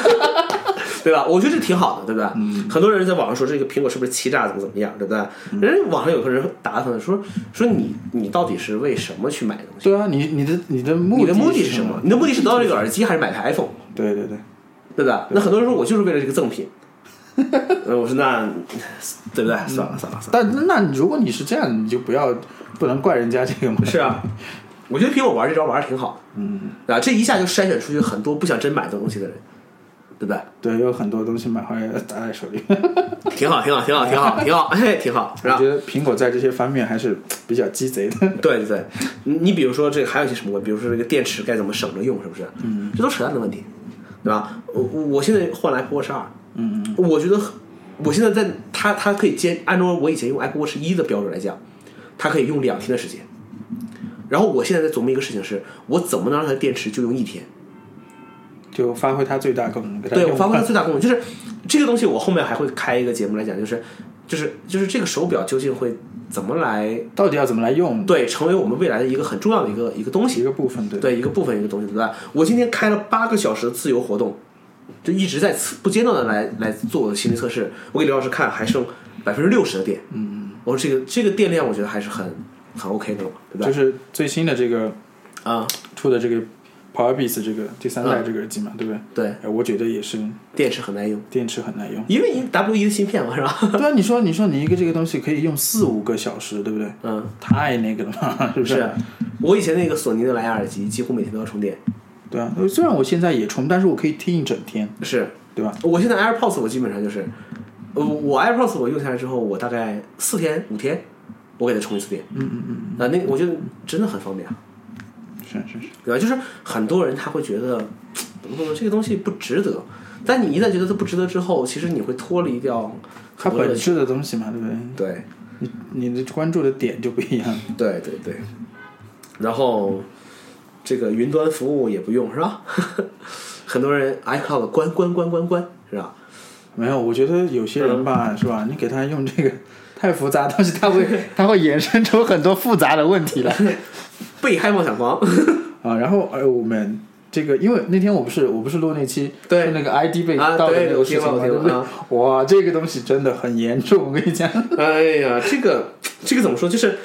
对吧？我觉得这挺好的，对不对？很多人在网上说这个苹果是不是欺诈，怎么怎么样，对不对？人家网上有个人打他们说说你你到底是为什么去买东西？对啊，你你的你的目你的目的是是什么？？你的目的是得到这个耳机，还是买台 iPhone？对对对，对不对？那很多人说我就是为了这个赠 品，呃，我说那对不对？嗯算了算了算了，但那如果你是这样，你就不要不能怪人家这个嘛。是啊，我觉得苹果玩这招玩的挺好，嗯，啊，这一下就筛选出去很多不想真买这东西的人，对不 对？对，有很多东西买回来砸在手里。挺好，挺好，挺好，挺好，挺 好，哎，挺好，是我吧觉？得苹果在这些方面还是比较鸡贼的。 对对对，你你比如说这个还有一些什么问题，比如说这个电池该怎么省着用，是不是？嗯，这都扯淡的问题，对吧？我我现在换了 Apple Watch 二，嗯，我觉得我现在在它它可以兼按照我以前用 Apple Watch 一的标准来讲，它可以用两天的时间。然后我现在在琢磨一个事情是，我怎么能让它的电池就用一天？就发挥它最大功能。给它对用我发挥完它最大功能，就是这个东西，我后面还会开一个节目来讲，就是就是就是这个手表究竟会怎么来到底要怎么来用？，对成为我们未来的一个很重要的一个一个东西一。个部分对。对一个部分一个东西，对吧？我今天开了八个小时的自由活动，就一直在测不间断的来来做我的心理测试。我给刘老师看，还剩百分之六十的电，嗯，我说这个这个电量，我觉得还是很很 OK 的了，对吧？就是最新的这个啊、出的这个 Power Beats 这个第三代这个耳机嗯嘛，对不对？对，哎，我觉得也是电池很耐用，。电池很耐用 因为 W 一的芯片嘛，是 吧？对啊，你说你说你一个这个东西可以用四五个小时，对不对？嗯，太那个了嘛， 是不是啊我以前那个索尼的蓝牙耳机，几乎每天都要充电，对啊，虽然我现在也充，但是我可以听一整天，是对吧？我现在 AirPods 我基本上就是，呃，我 AirPods 我用下来之后，我大概四天五天，我给它充一次电，嗯嗯嗯，啊，那个我觉得真的很方便啊。是是是，对吧？就是很多人他会觉得，怎么说呢，这个东西不值得。但你一旦觉得它不值得之后，其实你会脱离掉它很多本的质的东西嘛，对不对？对你你的关注的点就不一样。对对对。然后这个云端服务也不用是吧？ 很多人 iCloud 关关关关关是吧？没有，我觉得有些人吧，是吧？你给他用这个 太复杂的东西，他 会他会衍生出很多复杂的问题来 被害妄想狂，啊。然后，哎，我们这个，因为那天我不是我不是录那期对说那个 ID 被啊盗的对那个事情我嘛，听对了我听了不对？哇，这个东西真的很严重，我跟你 讲。 哎呀，这个这个怎么说？就是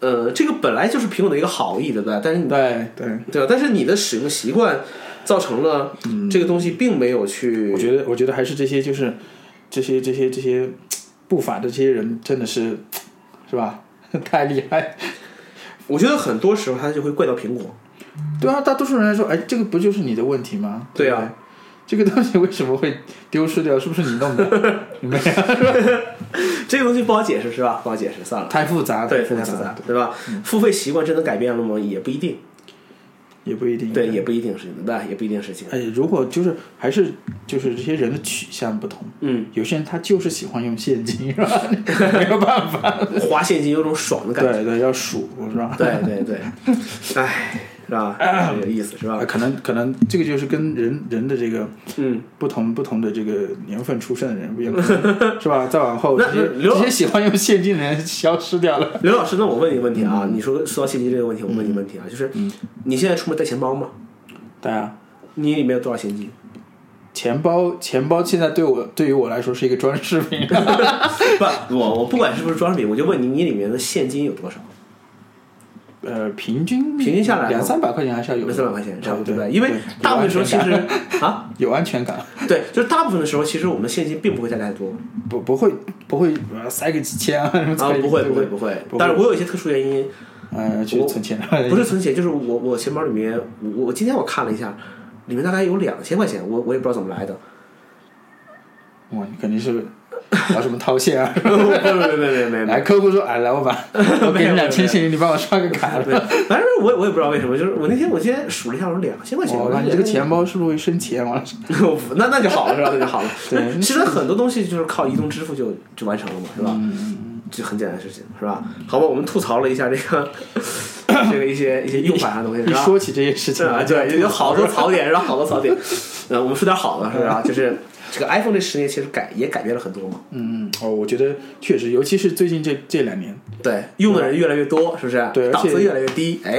呃，这个本来就是苹果的一个好意，对不对？但是你对对，对吧？但是你的使用习惯造成了这个东西并没有去，我觉得我觉得还是这些就是这些这些这些不法的这些人真的是是吧？ 太厉害了我觉得很多时候他就会怪到苹果。对啊，大多数人来说，哎，这个不就是你的问题吗？对啊不 这个东西为什么会丢失掉？是不是你弄 的？没有，这个东西不好解释是吧？不好解释，算了。太复杂，对，复复杂杂复杂，对嗯吧？付费习惯真的改变了吗？也不一定，也不一定。嗯对，也不一定是，对吧？也不一定是情。哎，如果就是还是就是这些人的取向不同，嗯，有些人他就是喜欢用现金，是吧？没有办法。花现金有种爽的 感觉。对对，要数，是吧？对对对， 哎，是 吧？有意思是吧啊，？可能可能这个就是跟人人的这个嗯，不同不同的这个年份出生的人 不一样，是吧？再往后，那这些刘这些喜欢用现金的人消失掉了。刘老师，那我问你个问题啊，你说说到现金这个问题，我问你个问题啊，就是你现在出门带钱包吗？对啊，你里面有多少现 金？钱包，钱包现在对我对于我来说是一个装饰品。不，我我不管是不是装饰品，我就问你，你里面的现金有多少？呃，平均平均下来两三百块钱还是要有的，两三百块钱，差不多对对吧？因为大部分时候其实 啊，有安全感，对，就是大部分的时候，其实我们现金并不会带太多不不会不会呃塞个几千啊什么之啊，类的不会对不不会对不会不。会但是我有一些特殊原因，呃，去我存钱不是存钱，就是我我钱包里面，我我今天我看了一下，里面大概有两千块钱，我我也不知道怎么 来的。哇，你肯定是搞什么套现啊？ 没有没有没有没有没来客户说，哎，来老 板，我给你两千现金，你帮我刷个卡。有，反正我也我也不知道为什么，就是我那天我今天数了一下，我说两千块钱，我我靠，说哦你这个钱包是不是会生钱？啊完了，我 不 那那就好了是吧？那就好了。对嗯那其实很多东西就是靠移动支付就就完成了嘛，是吧？就很简单的事情，是吧？好吧，我们吐槽了一下这个 这个一些一些用法上的东西，是一吧？说起这些事情啊，来，就要对，有好多吐槽槽点，是吧？好多槽点。呃，我们说点好的，是吧？就是这个 iPhone 这十年其实改也改变了很多嘛。嗯，哦，我觉得确实，尤其是最近这这两年，对，用的人越来越多，是不是？对而且档次越来越低。 哎，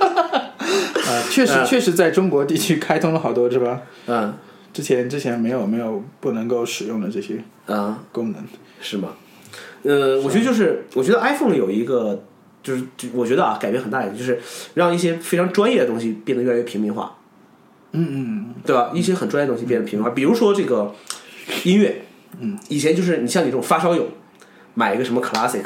呃，确实、 嗯确实在中国地区开通了好多，是吧？嗯之前之前没有没有不能够使用的这些嗯，功能，是吗？呃，我觉得就是，我觉得 iPhone 有一个，就是就我觉得啊，改变很大一个，就是让一些非常专业的东西变得越来越平民化，嗯嗯对吧？一些很专业的东西变得平民化，比如说这个音乐，嗯，以前就是你像你这种发烧友，买一个什么 Classic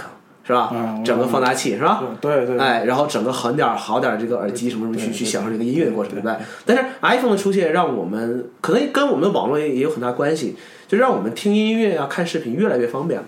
是吧？嗯我整个放大器是吧？嗯，对对对，哎，然后整个好点儿好点儿这个耳机什么什么去去享受这个音乐的过程，对不对？但是 iPhone 的出现让我们可能跟我们的网络也也有很大关系，就让我们听音乐啊、看视频越来越方便了。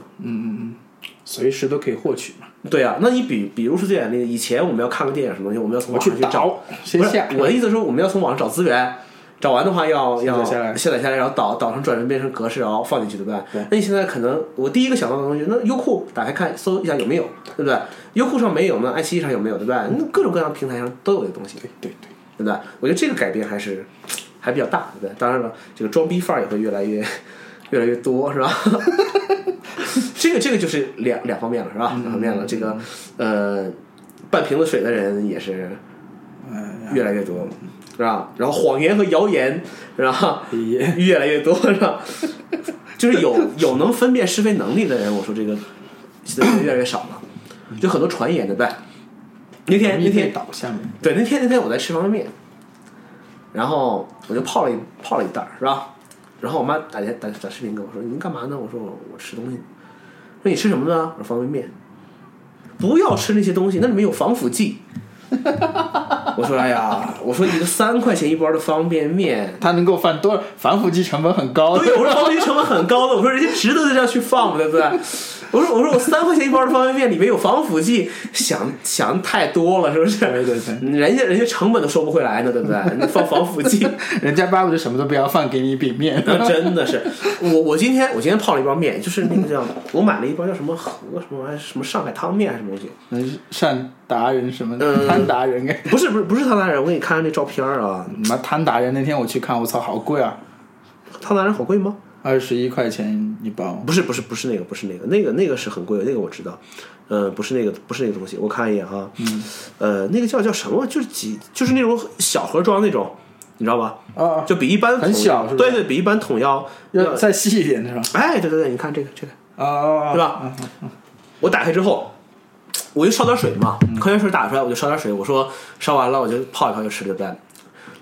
随时都可以获取嘛，对啊，那你比比如说最简单的例子，以前我们要看个电影什么东西，我们要从我网上去去找，找先不是下，我的意思是我们要从网上找资源，找完的话要要下来下载下来，然后导导成转成变成格式，然后放进去，对不对？对那你现在可能我第一个想到的东西，那优酷打开看搜一下有没有，对不对？优酷上没有，那爱奇艺上有没有，对不对？那各种各样的平台上都有的东西。对对对，对不对？我觉得这个改变还是还比较大，对不对？当然了，这个装逼范儿也会越来越越来越多，是吧？ 这个这个就是两两方面了，是嗯吧？两方面了，这个呃，半瓶子水的人也是嗯、越来越多，是吧？然后谎言和谣言，是吧？也越来越多，是吧？就是有有能分辨是非能力的人，我说这个现在越来越少了，就很多传言，对不对？那天那容易被天倒下面，对，那天那天我在吃方便面，然后我就泡了一泡了一袋儿，是吧？然后我妈打电打打视频跟我说：“你干嘛呢？”我说：“我我吃东西。”说：“你吃什么呢？”我说：“方便面。”不要吃那些东西，那里面有防腐剂。我说：“哎呀，我说一个三块钱一包的方便面，它能够犯多防腐剂成本很高，哦对，我说防腐剂成本很高的，我说人家值得在这样去放嘛，对不对？我说我说我三块钱一包的方便面里面有防腐剂，想想太多了，是不是？对对对人家人家成本都收不回来呢，对不对？你放防腐剂， 人家巴不得什么都不要放，给你一饼面，那真的是我我今天我今天泡了一包面，就是那个叫我买了一包叫什么和什么玩意儿什么上海汤面还是什么东西。嗯善达人什么嗯的，摊达人哎。不是不是不是汤达人，我给你看看那照片儿啊，妈摊达人那天我去看，我操，好贵啊！汤达人好贵吗？二十一块钱一包，不是不是不是那个不是那个那个那个是很贵的，那个我知道，呃，不是那个不是那个东西，我看一眼啊，嗯，呃，那个叫叫什么？就是几就是那种小盒装那种，你知道吧？啊，就比一般桶很小是吧对对，比一般桶要要再细一点是吧？哎，对对对，你看这个这个，啊啊，啊是吧？我打开之后，我就烧点水嘛，矿泉水打出来我就烧点水，我说烧完了我就泡一泡就吃，对不对？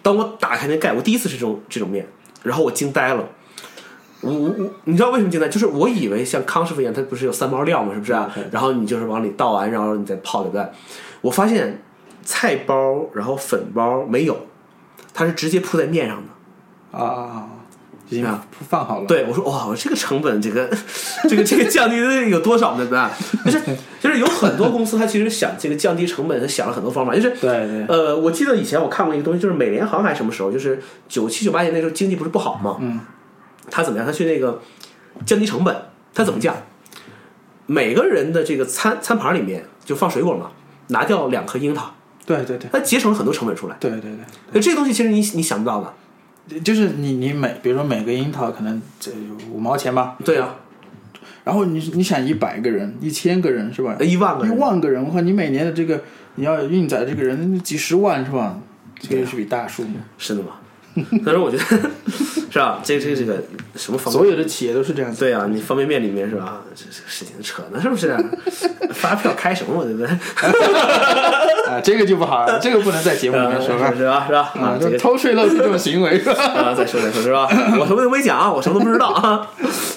当我打开那盖，我第一次吃这种这种面，然后我惊呆了。我我我，你知道为什么惊呆？就是我以为像康师傅一样，它不是有三包料嘛，是不是、啊？然后你就是往里倒完，然后你再泡，对不对？我发现菜包，然后粉包没有，它是直接铺在面上的。啊啊啊，已经啊放好了。对，我说哇，我这个成本，这个这个这个降低的有多少呢？对吧？就是就是有很多公司，它其实想这个降低成本，它想了很多方法。就是对对呃，我记得以前我看过一个东西，就是美联航还是什么时候，就是九七九八年那时候经济不是不好嘛，嗯，他怎么样？他去那个降低成本，他怎么降？嗯每个人的这个餐餐盘里面就放水果嘛，拿掉两颗樱桃，对对对它节省了很多成本出来。对对那这个东西其实你你想不到的，对，就是你你每比如说每个樱桃可能这五毛钱吧，对啊，然后你你想一百个人、一千个人是吧？呃一万个一人万个人，我靠，你每年的这个你要运载这个人几十万是吧？这啊个是笔大 数目，是的吗？但是我觉得 是吧，这个这个这个什么方所有的企业都是这样子。对啊，你方便面里面是吧？这这个事情扯呢，是不是、 发票开什么？对 不对？啊，这个就不好了，这个不能在节目里面嗯说吧是？吧？是吧？ 啊啊，，这这个偷税漏税这种行为，啊，再说再说是 吧？我什么都没讲啊，我什么都不知道啊，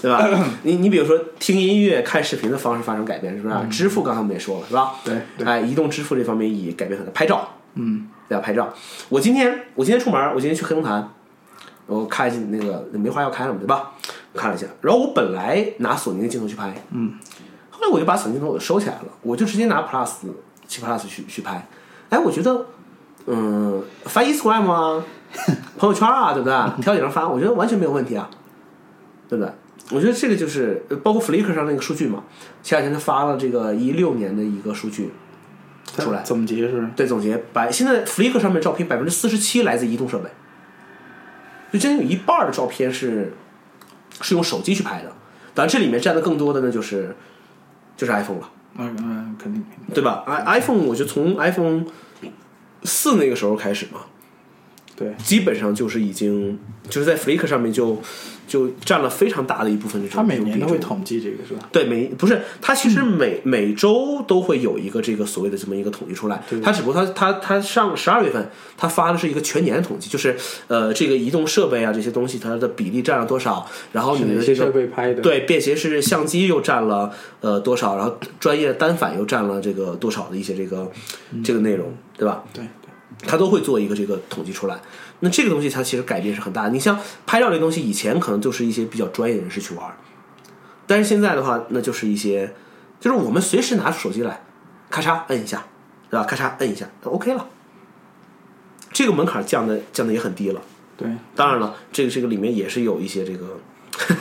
对吧？你你比如说听音乐、看视频的方式发生改变，是不是啊？支付刚才我们也说了，是吧？嗯对对哎，移动支付这方面也改变很大，拍照，嗯，对吧？拍照，我今天我今天出门，我今天去黑龙潭，我看一下那个梅花要开了嘛，对吧？看了一下，然后我本来拿索尼的镜头去拍，嗯，后来我就把索尼镜头我收起来了，我就直接拿 Plus 七 Plus 去去拍，哎，我觉得，嗯，发 Instagram 啊，朋友圈啊，对不对？挑几张发，我觉得完全没有问题啊，对不对？我觉得这个就是呃包括 Flickr 上那个数据嘛，前两天他发了这个一六年的一个数据 出来，总结是不是？对，总结百现在 Flickr 上面照片百分之四十七来自移动设备，就将近有一半儿的照片是是用手机去拍的，当然这里面占的更多的呢就是就是 iPhone 了，嗯嗯，肯定。对吧？i iPhone 我觉得从 iPhone 四那个时候开始嘛，对，基本上就是已经就是在 Flickr 上面就就占了非常大的一部分这种他每这种年比都会重统计这个是吧？对，每不是它其实每、每周都会有一个这个所谓的这么一个统计出来，它只不过它它它上十二月份它发的是一个全年的统计，就是呃这个移动设备啊这些东西它的比例占了多少，然后你哪的些这设个备拍的？，对便携式相机又占了呃多少，然后专业单反又占了这个多少的一些这个、这个内容，对吧？对对，它都会做一个这个统计出来。那这个东西它其实改变是很大的。你像拍照这东西，以前可能就是一些比较专业人士去玩儿，但是现在的话，那就是一些，就是我们随时拿出手机来，咔嚓摁一下，对吧？咔嚓摁一下那，OK 了。这个门槛降的降的也很低了。对，当然了，这个这个里面也是有一些这个，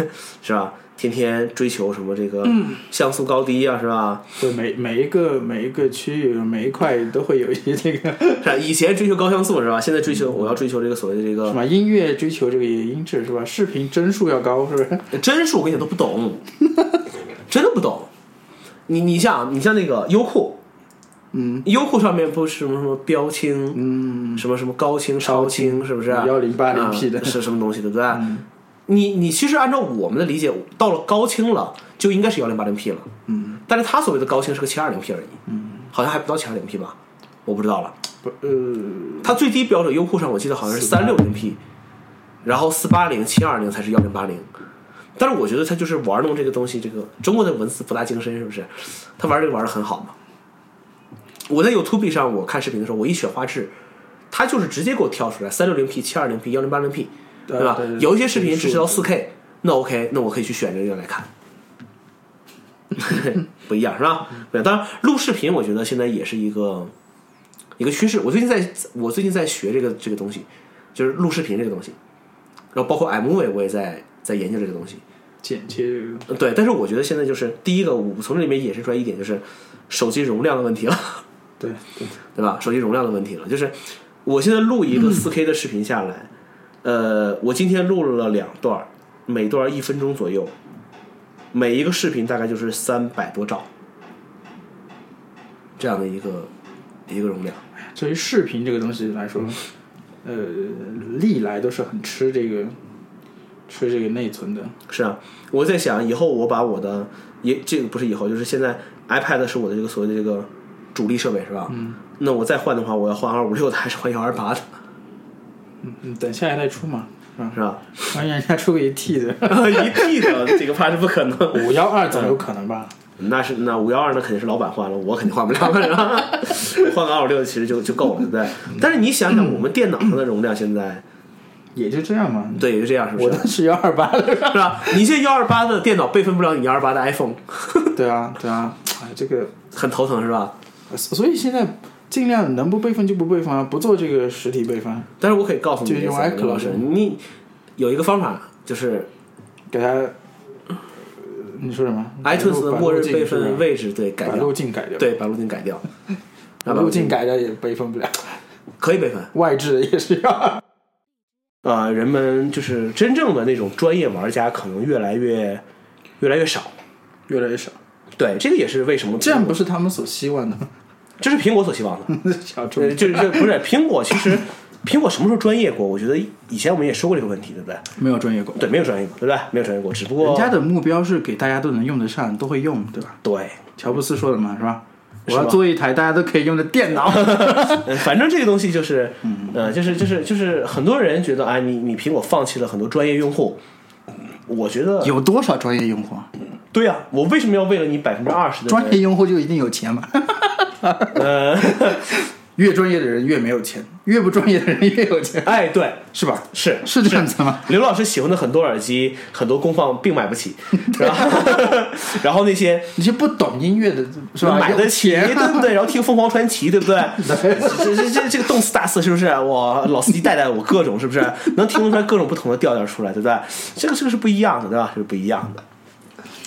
是吧？天天追求什么这个嗯像素高低啊，是吧？对，每每一个每一个区域每一块都会有一些这个是吧？以前追求高像素是吧？现在追求我要追求这个所谓的这个嗯什么音乐追求这个音质是吧？视频帧数要高是不是？ 帧数我跟你讲都不懂， 真的不懂。你你像你像那个优酷，嗯，优酷上面不是什么什么标清，嗯，什么什么高清、超清，是不是？ 1080 P 的嗯啊是什么东西，对不对？你你其实按照我们的理解，到了高清了就应该是幺零八零 P 了，嗯，但是它所谓的高清是个七二零 P 而已，嗯，好像还不到七二零 P 吧，我不知道了。不呃，它最低标准优酷上我记得好像是三六零 P，然后四八零、七二零才是幺零八零。但是我觉得他就是玩弄这个东西，这个中国的文字博大精深，是不是？他玩这个玩的很好嘛。我在 YouTube 上我看视频的时候，我一选画质，它就是直接给我跳出来三六零 P、七二零 P、幺零八零 P，对吧？有一些视频支持到四 K，那 OK，那我可以去选这个来看。 不一样是吧？对，当然录视频，我觉得现在也是一个一个趋势。我最近在，我最近在学这个这个东西，就是录视频这个东西，然后包括 MV，我也在在研究这个东西。剪切这个呃对，但是我觉得现在就是第一个，我从这里面衍生出来一点就是手机容量的问题了， 对对对吧？手机容量的问题了，就是我现在录一个4 K 的视频下来，呃，我今天录了两段儿，每段儿一分钟左右，每一个视频大概就是三百多兆这样的一个一个容量。对于视频这个东西来说，呃，历来都是很吃这个吃这个内存的。是啊，我在想以后我把我的也这个不是以后，就是现在 iPad 是我的这个所谓的这个主力设备是吧？嗯。那我再换的话，我要换二五六的还是换幺二八的，嗯嗯，等下一代出嘛，是吧？ 是吧？万一人家出个一 T 的，一 T 的这个怕是不可能。 五幺二总有可能吧？那是那五幺二那肯定是老板换了，我肯定换不了了， 换个二五六其实就就够了，对不对？但是你想想，我们电脑上的容量现在也就这样嘛。对也就这样，是不我是？的是幺二 八的，是吧？你这幺二八的电脑备份不了你幺二八的 iPhone，对啊对啊，哎，这个很头疼是吧？所以现在尽量能不备份就不备份啊，不做这个实体备份，但是我可以告诉你，就用 iCloud 老师，你有一个方法，就是给它。呃你说什么 iTunes 的默认备哎把份路径位置对改把掉路，径改掉，对把路径改掉， 把把路径改掉也备份不了，可以备份。外置的也是要。呃，人们就是真正的那种专业玩家，可能越来越越来越少。越来越少，对，这个也是为什么这样不是他们所希望的。这是苹果所希望的。 小众呃，就是这不是苹果，其实苹果什么时候专业过？我觉得以前我们也说过这个问题，对不对？没有专业狗，对，没有专业过，对不对？没有专业过，只不过人家的目标是给大家都能用得上，都会用，对吧？对，乔布斯说的嘛，是吧？我是吧要做一台大家都可以用的电脑。呃反正这个东西就是，呃，就是就是就是很多人觉得，哎，你你苹果放弃了很多专业用户。我觉得有多少专业用户啊？对呀、我为什么要为了你百分之二十的专业用户就一定有钱吗？ 呃，越专业的人越没有钱，越不专业的人越有钱，哎，对，是吧？是是这样子吗？刘老师喜欢的很多耳机，很多功放并买不起，然后 然后那些你是不懂音乐的，是吧？买得有起，钱对不对？然后听凤凰传奇，对不 对？这这这这个动次打次是不是？我老司机带带我各种是不是？能听出来各种不同的调调出来，对不对？这个这个是不一样的，对吧？这是不一样的。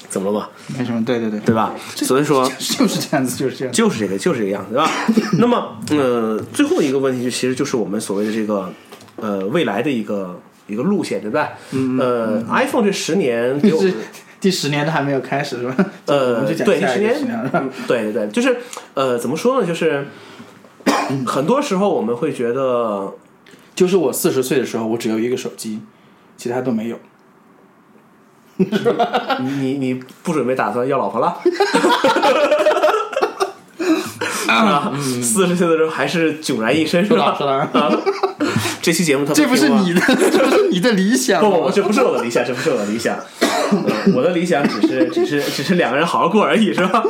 怎么了嘛？没什么，对对对，对吧？所以说，就是这样子，就是这样子。就是这个，就是这个样子，对吧？那么，呃，最后一个问题就其实就是我们所谓的这个，呃，未来的一个一个路线，对吧？嗯、呃，iPhone 这十年给就我是们，第十年都还没有开始，是吧？我呃，们就讲对，下十一个年十年，嗯对对对，就是呃，怎么说呢？就是很多时候我们会觉得， 就是我四十岁的时候，我只有一个手机，其他都没有。你你你不准备打算要老婆了？ 啊，四十岁的时候还是迥然一身，是吧？说嗯的啊， 这期节目他这不是听吗你的，这不是你的理想啊不吗。不，不这不是我的理 想，这不是我的理想。呃我的理想只是只是只是两个人好好过而已，是吧？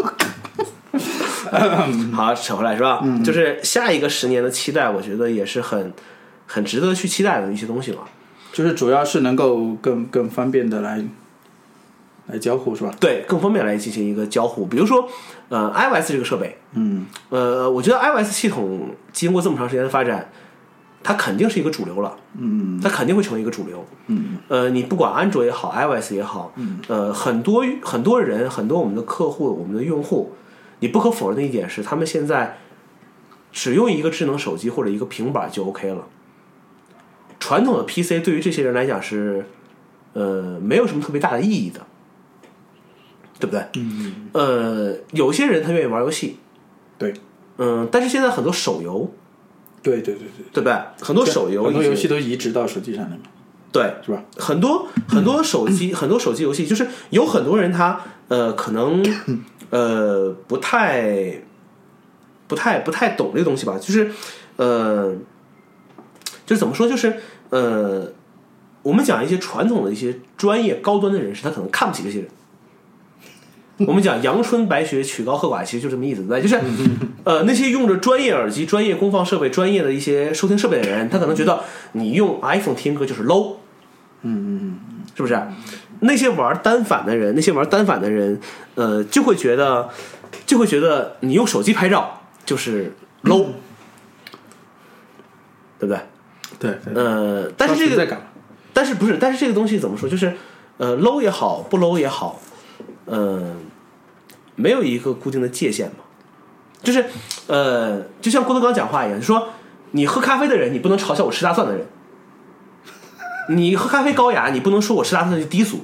好，扯回来是吧？就是下一个十年的期待，我觉得也是很很值得去期待的一些东西嘛。就是主要是能够更更方便的来来交互，是吧？对，更方便来进行一个交互。比如说，呃，iOS 这个设备，嗯，呃，我觉得 iOS 系统经过这么长时间的发展，它肯定是一个主流了。嗯，它肯定会成为一个主流。嗯，呃，你不管安卓也好，iOS 也好，呃，很多很多人，很多我们的客户，我们的用户，你不可否认的一点是，他们现在只用一个智能手机或者一个平板就 OK 了。传统的 PC 对于这些人来讲是，呃，没有什么特别大的意义的，对不对？嗯。呃，有些人他愿意玩游戏，对，嗯，但是现在很多手游，对对对对，对不对？很多手游已经，很多游戏都移植到手机上了嘛，对，是吧？很多很多手 机，很多手机游戏，就是有很多人他呃，可能呃不太不太不太懂这个东西吧，就是呃，就是怎么说，就是呃，我们讲一些传统的一些专业高端的人士，他可能看不起这 些人。我们讲阳春白雪、曲高和寡，其实就这么意思，对吧，就是，嗯呃，那些用着专业耳机、专业功放设备、专业的一些收听设备的人，他可能觉得你用 iPhone 听歌就是 low，嗯嗯嗯，是不是？那些玩单反的人，那些玩单反的人，呃，就会觉得，就会觉得你用手机拍照就是 low，、对不对？对对，呃，但是这个在搞，但是不是？但是这个东西怎么说？就是呃，low 也好，不 low 也好，呃，没有一个固定的界限嘛。就是呃，就像郭德纲讲话一样，说你喝咖啡的人，你不能嘲笑我吃大蒜的人；你喝咖啡高雅，你不能说我吃大蒜就低俗。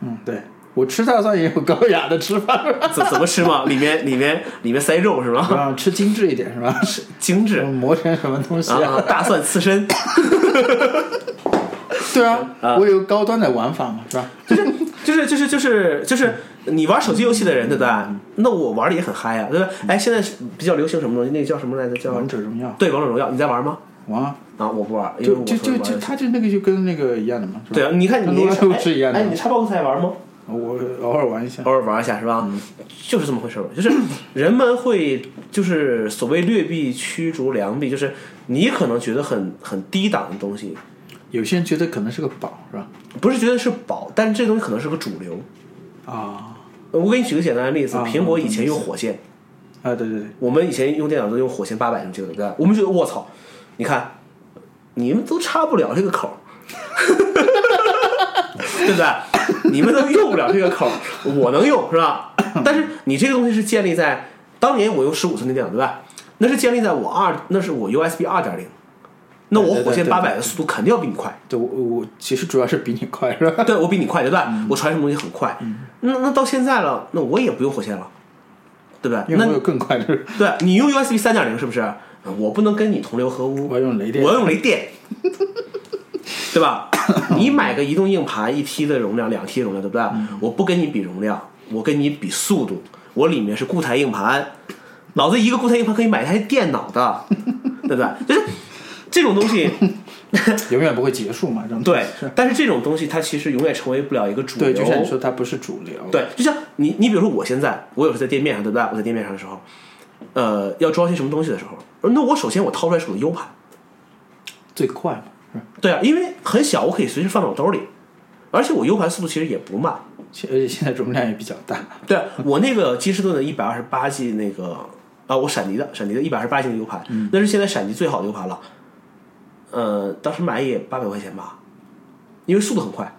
嗯，对我吃大蒜也有高雅的 吃法，是吧怎怎么吃嘛？里面里面里面塞肉是吗？啊，吃精致一点是吧？精致磨成什么东西啊嗯啊！大蒜刺 身，对啊，我有高端的玩法嘛，是吧？就是就是就是就是你玩手机游戏的人，对不对？那我玩的也很嗨啊，对不对？哎，现在是比较流行什么东西？那个叫什么来着？叫王者荣耀，对《王者荣耀》，你在玩吗？玩啊，啊，我不玩，因为就我就从来不就玩就游戏他就那个就跟那个一样的嘛，是对吧？啊，你看跟你撸啊撸是一样的哎，哎你 Xbox 还玩吗？我偶尔玩一下偶，尔玩一下是吧？就是这么回事儿， 就是人们会就是所谓劣币驱逐良币，就是你可能觉得很很低档的东西，有些人觉得可能是个宝，是吧？不是觉得是宝，但是这东西可能是个主流。啊呃我给你举个简单的例子，啊苹果以前用火线，啊，对对对，我们以前用电脑都用火线八百，你记得对不对？我们觉得卧槽，你看，你们都插不了这个口儿， 对不对？你们都用不了这个口儿，我能用是吧？但是你这个东西是建立在当年我用十五寸的电脑，对吧？那是建立在我二，那是我 USB 二点零，那我火对对对线对八百的速度肯定要比你快。对我我其实主要是比你快，是 吧？对我比你快，对吧？嗯我传什么东西很快，那那到现在了，那我也不用火线了，对不对？因为那我有更快的，对你用 USB 三点零是不是？我不能跟你同流合污，我要用雷电，我用雷电，对吧？ 你买个移动硬盘一 T 的容量，两 T 容量，对不对？嗯我不跟你比容量，我跟你比速度。我里面是固态硬盘，老子一个固态硬盘可以买一台电脑的，对不对？就是这种东西，永远不会结束嘛，这种对是。但是这种东西它其实永远成为不了一个主流。对，就像你说，它不是主流，对，就像你，你比如说我现在，我有时候在店面上，对不对？我在店面上的时候，呃，要装些什么东西的时候，呃那我首先我掏出来是我的 U 盘，最快嘛，是吧对啊，因为很小，我可以随时放到我兜里，而且我 U 盘速度其实也不慢。现而且现在容量也比较 大，对啊，我那个金士顿的一百二十八 G 那个啊，我闪迪的闪迪的一百二十八 G 的 U 盘，那是现在闪迪最好的 U 盘了。呃，当时买也八百块钱吧，因为速度很快，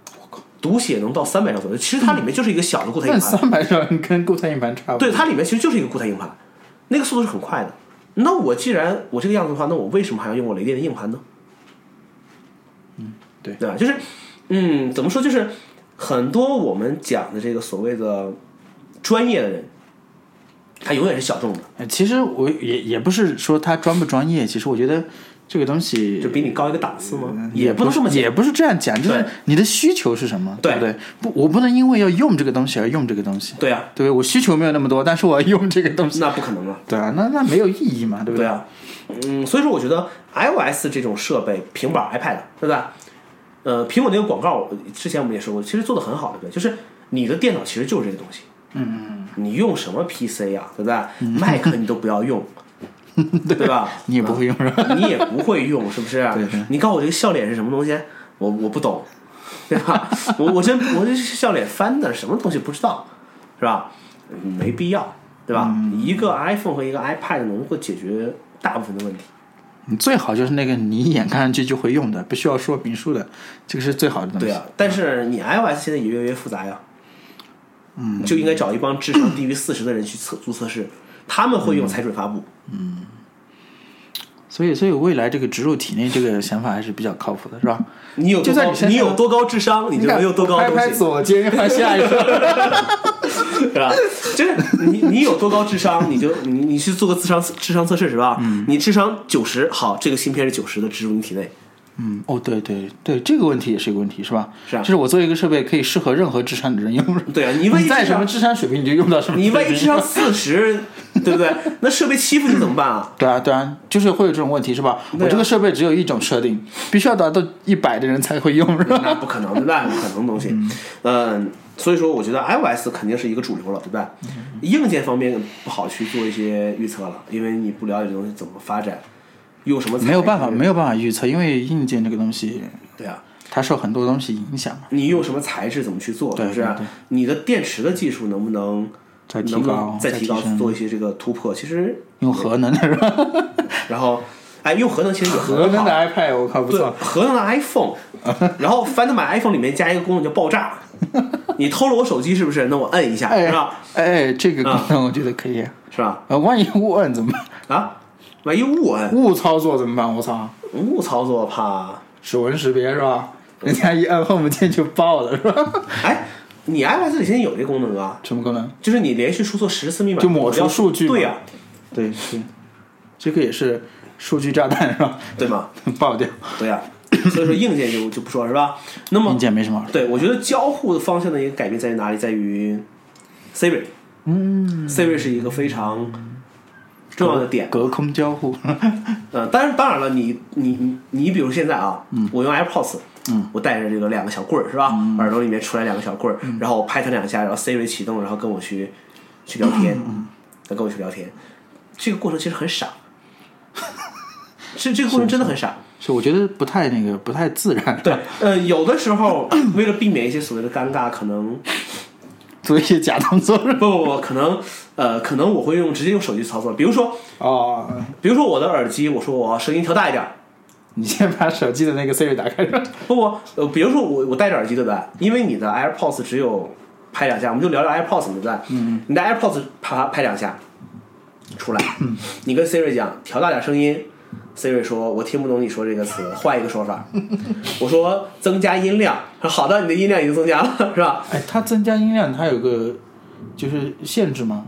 读写能到三百张左右。其实它里面就是一个小的固态硬但盘，三百兆跟固态硬盘差不多。对，它里面其实就是一个固态硬盘，那个速度是很快的。那我既然我这个样子的话，那我为什么还要用我雷电的硬盘呢？嗯，对对吧？就是，嗯，怎么说？就是很多我们讲的这个所谓的专业的人，他永远是小众的，呃其实我也也不是说它专不专业，其实我觉得这个东西就比你高一个档次吗？也不能这么嗯也讲。不是这样讲，就是对你的需求是什么，对对不对？不，我不能因为要用这个东西而用这个东西，对啊，对不对？我需求没有那么多，但是我要用这个东西，那不可能啊。对啊，那那没有意义嘛，对不对啊，嗯，所以说我觉得 iOS 这种设备，平板、iPad，对吧？呃，苹果那个广告，之前我们也说过，其实做的很好，对不对？就是你的电脑其实就是这个东西，嗯，你用什么 PC 啊，对不对？Mac 你都不要 用，对吧？你也不会用 是吧？你也不会用，是不是？你告诉我这个笑脸是什么东西？我我不懂，对吧？ 我我真我这笑脸翻的是什么东西不知道，是吧？嗯没必要，对吧？嗯一个 iPhone 和一个 iPad 能够解决大部分的问题。你最好就是那个你一眼看上去就会用的，不需要说明书的，这嗯个是最好的东西。对啊，但是你 iOS 现在也越来越复杂呀，嗯，就应该找一帮智商低于四十的人去测做测试，他们嗯会用才准发布。所以所以未来这个植入体内这个想法还是比较靠谱的，是吧？你有多就在高你身上有多高智商，你就能有多高的拍东西。拍左肩，拍下一个。是 吧？就是你你有多高智商，你就你你去做个智商智商测试是吧？你智商九十，好，这个芯片是九十的，植入你体 内。嗯， 哦，对对对，这个问题也是一个问题，是吧？是啊就是我做一个设备可以适合任何智商的人用。对啊你万一在智商什么智商水平你就用到什么水你平。万一智商四十，对不对？那设备欺负你怎么办 啊？对啊，对啊，就是会有这种问题，是吧？我这个设备只有一种设定，必须要达到一百的人才会用，是吧？那不可能，那不可能的东西。嗯，所以说我觉得 iOS 肯定是一个主流了，对吧？嗯硬件方面不好去做一些预测了，因为你不了解这东西怎么发展，用什么材没有办法，质没有办法预测，因为硬件这个东西，对啊。它受很多东西影响嘛。你用什么材质，怎么去做，对是不是啊对对？你的电池的技术能不能再提高能不能再再提高提升做一些这个突破？其实，用核能的，是吧？然后，哎，用核能其实也很核能的好 iPad，我靠，不对错，。核能的 iPhone，然后翻到买 iPhone 里面加一个功能叫爆 炸，你偷了我手机是不是？那我摁一下哎是吧？哎，这个功能我觉得可以。是吧？呃，万一误摁怎么办？啊，万一误摁误操作怎么办？我操，误操作怕，指纹识别是吧？人家一摁 home 键就爆了是吧？ 哎，你 iOS 里现在有这功能啊，什么功能？就是你连续输错十次密码就抹除要数据嘛对呀、对，是，这个也是数据炸弹是吧？ 对吗？爆掉，对呀、所以说硬件就就不说了是吧？那么硬件没什么好说。对，我觉得交互的方向的一个改变在于哪里？在于 Siri。嗯，Siri 是一个非常重要的点。隔空交互， 呃，当然，当然了，你你你你，比如现在啊，我用 AirPods，嗯，我带着这个两个小棍儿是吧？耳朵里面出来两个小棍儿，然后我拍它两下，然后 Siri 启动，然后跟我去去聊天，它跟我去聊天，这个过程其实很傻，这这个过程真的很傻。是我觉得不太那个，不太自然。 对，呃，有的时候为了避免一些所谓的尴尬，可能做一些假动作是吧？不不不，可能呃，可能我会用直接用手机操作。比如说，哦，比如说我的耳机，我说我要声音调大一点儿。你先把手机的那个 Siri 打开是吧？不不，呃，比如说我我戴着耳机对不对？因为你的 AirPods 只有拍两下，我们就聊聊 AirPods 对不对？嗯，你的 AirPods 啪拍两下出来，你跟 Siri 讲调大点声音，Siri 说我听不懂你说这个词，换一个说法。我说增加音量，说好的，你的音量已经增加了，是吧？哎，它增加音量，它有个就是限制吗？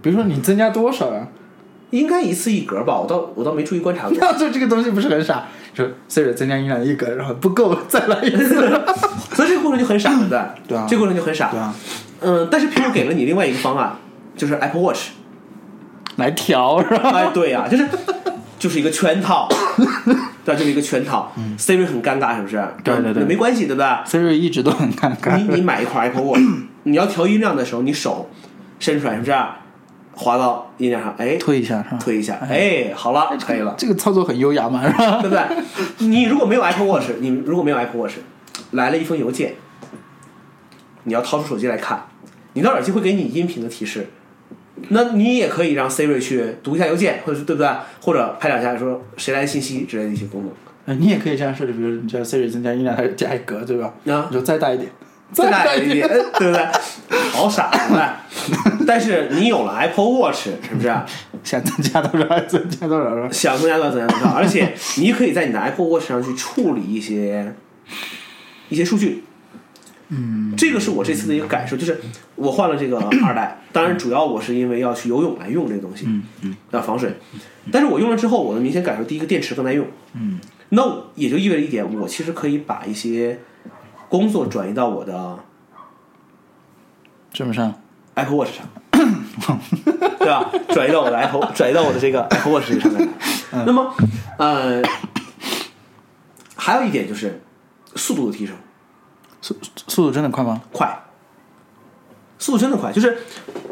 比如说你增加多少啊？应该一次一格吧，我倒我倒没注意观察过。那就这个东西不是很傻，说 Siri 增加音量一格，然后不够再来一次。 所以这个过程就很傻，对不对？对啊这个过程就很傻。对啊，嗯，但是苹果给了你另外一个方案， 就是 Apple Watch。 来调是吧？哎，对呀、就是就是一个圈 套，对、吧？啊就是一个圈套。Siri 很尴尬，是不是？嗯对对对没关系，对不对？ Siri 一直都很尴尬。 你你买一块 Apple Watch，你要调音量的时候，你手伸出来，是不是？滑到音量上，哎，推一下是吧？推一下，哎，好了，可以了，这个操作很优雅嘛，是吧？ 对不对？你如果没有 Apple Watch，你如果没有 Apple Watch，来了一封邮件，你要掏出手机来看，你的耳机会给你音频的提示，那你也可以让 Siri 去读一下邮件，或者是对不对？或者拍两下说谁来信息之类的一些功能。呃你也可以这样设置，比如你叫 Siri 增加音量，它就加一格，对吧？啊你说再大一点，再大一一点，对不对？好傻，对不对？但是你有了 Apple Watch，是啊不是？想增加多少增加多少是吧？想增加多少增加 多少，而且你可以在你的 Apple Watch 上去处理一些一些数据。嗯，这个是我这次的一个感受，就是我换了 这个二代，当然主要我是因为要去游泳来用这个东西，嗯嗯，要防水。但是我用了之后，我的明显感受，第一个电池更耐用，嗯，那也就意味着一点，我其实可以把一些工作转移到我的这么上， Apple Watch 上，对吧？ 转移到我的 Apple，转移到我的这个 Apple Watch 这个上面来。嗯那么，呃，还有一点就是速度的提升，速速度真的 快吗？快，速度真的快。就是，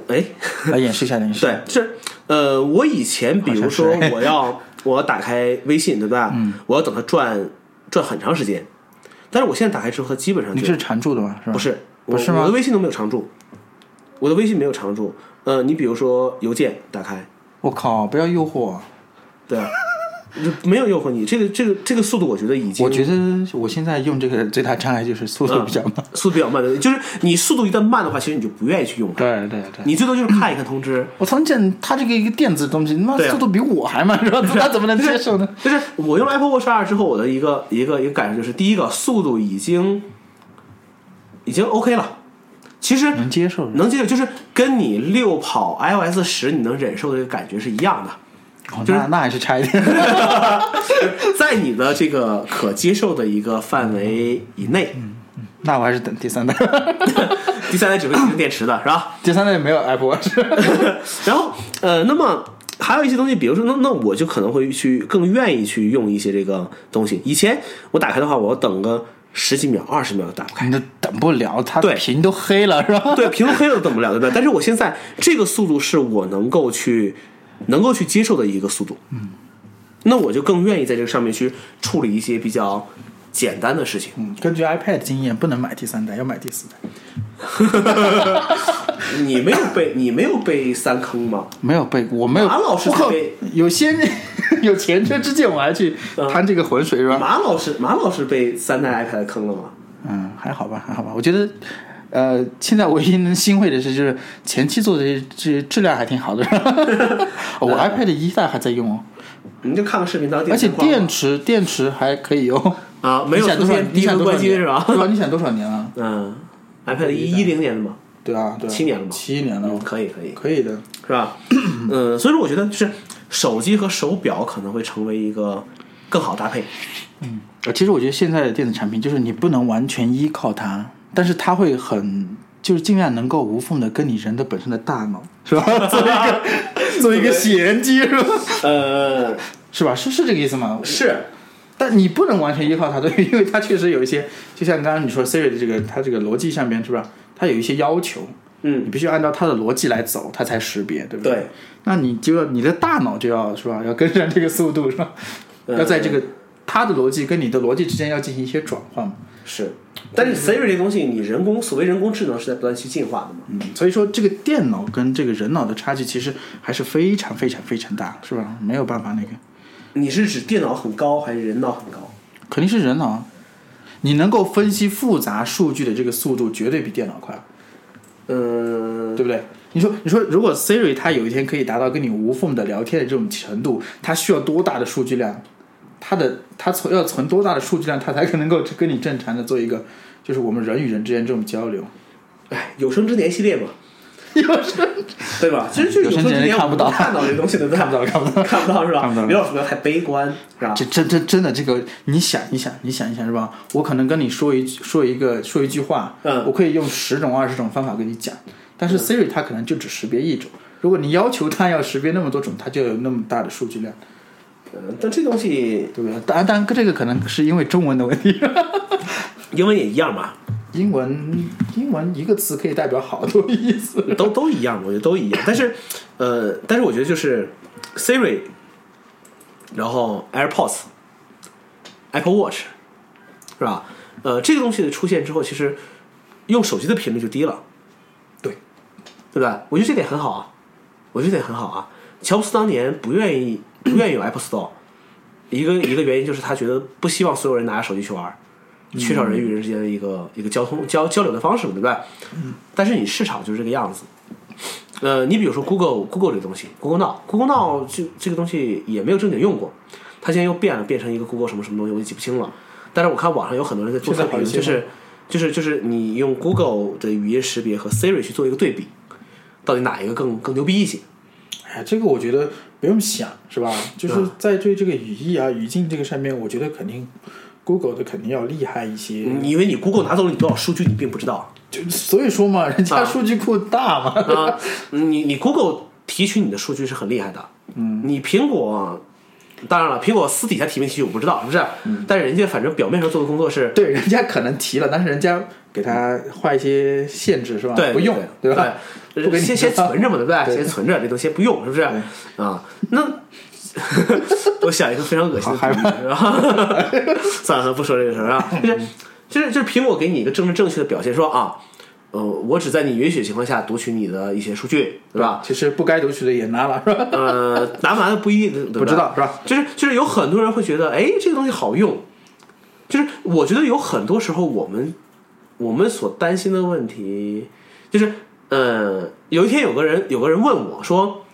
哎，来演示一下，演示。对，就是，呃，我以前比如说好像是嗯我要我要打开微信，对吧？我要等它转转很长时间，但是我现在打开之后，它基本上你就是缠住的吗？是吧？不是，不是吗我我的微信都没有常驻，我的微信没有常驻。呃，你比如说邮件打开，我靠，不要诱惑我！对啊，就没有诱惑你。这个这个这个速度，我觉得已经嗯我觉得我现在用这个最大障碍就是速度比较慢。 速度比较慢的，就是你速度一旦慢的话，其实你就不愿意去用它，对对对，你最多就是看一看通知。我操，你讲他这个一个电子东西，他妈对啊速度比我还慢，是吧？他怎么能接受 呢？就是我用 Apple Watch 二之后，我的一个一个一个感受就是，第一个速度已经已经 OK 了。其实能接受是吧能接受，就是跟你六跑 iOS 十你能忍受的这个感觉是一样的。哦就是那那还是差一点。 在你的这个可接受的一个范围以内，嗯那我还是等第三代， 第三代只会提升电池的是吧？第三代没有 Apple Watch。 然后呃，那么还有一些东西，比如说那那我就可能会去更愿意去用一些这个东西。以前我打开的话，我要等个十几秒、二十秒都打不开。你都等不了，它对屏都黑了，是吧？对，屏啊幕黑了都等不了，对吧？但是我现在这个速度是我能够去能够去接受的一个速度，嗯，那我就更愿意在这个上面去处理一些比较简单的事情。嗯，根据 iPad 经验，不能买第三代，要买第四代。你没有被你没有被三坑吗？没有被，我没有。马老师我靠才被，有先 有前车之鉴，我还去贪这个浑水，是吧？马老师，马老师被三代 iPad 坑了吗？嗯，还好吧，还好吧。我觉得，呃，现在唯一能欣慰的是，就是前期做的这这质量还挺好的。 哦我 iPad 一代还在用哦，你就看个视频当电而且池框吧电池电池还可以哦。 啊，没有你想出多少？现你低想温多关少机年是吧？对吧？啊你想多少年了？嗯，iPad 一一零年的嘛，对啊，对啊，七年了嘛七年了嗯，，可以可以，可以的。是吧？ 嗯，所以说我觉得就是手机和手表可能会成为一个更好搭配。呃，其实我觉得现在的电子产品就是你不能完全依靠它，但是它会很就是尽量能够无缝的跟你人的本身的大脑 是吧？做一个做一个衔接是吧？呃，是吧？是是这个意思吗？是，但你不能完全依靠它，对， 因为它确实有一些，就像刚刚你说 Siri 的这个，它这个逻辑上边是吧？它有一些要求，你嗯，必须按照它的逻辑来走，它才识别，对不对，那你就要你的大脑就要是吧， 要跟上这个速度是吧？嗯要在这个它的逻辑跟你的逻辑之间要进行一些转换嘛。是。但是 Siri 这东西，你人工所谓人工智能是在不断去进化的嘛？嗯，所以说这个电脑跟这个人脑的差距其实还是非常非常非常大，是吧？没有办法那个，你是指电脑很高还是人脑很高？肯定是人脑啊。你能够分析复杂数据的这个速度，绝对比电脑快，嗯，对不对？你说，你说，如果 Siri 它有一天可以达到跟你无缝的聊天的这种程度，它需要多大的数据量？它的它存要存多大的数据量，它才能够跟你正常的做一个，就是我们人与人之间这种交流？哎，有生之年系列 嘛，要是对吧？其实就是有生之年看不到我们看到这东西的，看不到看不到看不到是吧？看不到李老师不要太悲观，是吧？这真真真的这个，你想一想，你想一想是吧？我可能跟你说一句说一个说一句话，嗯我可以用十种二十种方法跟你讲，但是 Siri 它可能就只识别一种。如果你要求它要识别那么多种，它就有那么大的数据量，嗯，但这东西对不对？当然，当然这个可能是因为中文的问题，英文也一样嘛，英文英文一个词可以代表好多意思。 都都一样，我觉得都一样。但是，呃，但是我觉得就是 Siri，然后 AirPods、Apple Watch，是吧？呃，这个东西的出现之后，其实用手机的频率就低了，对，对吧？我觉得这点很好啊，我觉得这点很好啊。乔布斯当年不愿意不愿意有 Apple Store，一个一个原因就是他觉得不希望所有人拿着手机去玩儿，缺少嗯人与人之间的一个一个交通交交流的方式嘛，对不对？嗯但是你市场就是这个样子。呃，你比如说 Google Google 这个东西，Google Now Google Now 这这个东西也没有正经用过，它现在又变了，变成一个 Google 什么什么东西，我也记不清了。但是我看网上有很多人在做测现在好评，一就些吗是就是就是你用 Google 的语音识别和 Siri 去做一个对比，到底哪一个更更牛逼一些？哎呀，这个我觉得不用想，是吧？就是在对这个语义啊、语境这个上面，我觉得肯定 Google 的肯定要厉害一些。你以为你 Google 拿走了你多少数据，你并不知道就所以说嘛，人啊家数据库大嘛。啊？你你 Google 提取你的数据是很厉害的，嗯，你苹果。当然了，苹果私底下提没提取我不知道，是不是？嗯但是人家反正表面上做的工作是 对，人家可能提了，但是人家给他画一些限制，是吧？对，不用，对吧？？对不给你先知先道存着嘛，对不对？对先存着这东西先不用，是不是？啊，那 我想一个非常恶心的好害嗯比喻，是吧 算了，算了，不说这个事儿啊。 就是就是就是苹果给你一个政治正确的表现，说啊，呃，我只在你允许的情况下读取你的一些数据，对 吧？其实不该读取的也拿了，是吧？呃，拿不拿的不一定，对吧不知道是吧？就是就是有很多人会觉得，哎，这个东西好用。就是我觉得有很多时候我们我们所担心的问题，就是呃，有一天有个人有个人问我说，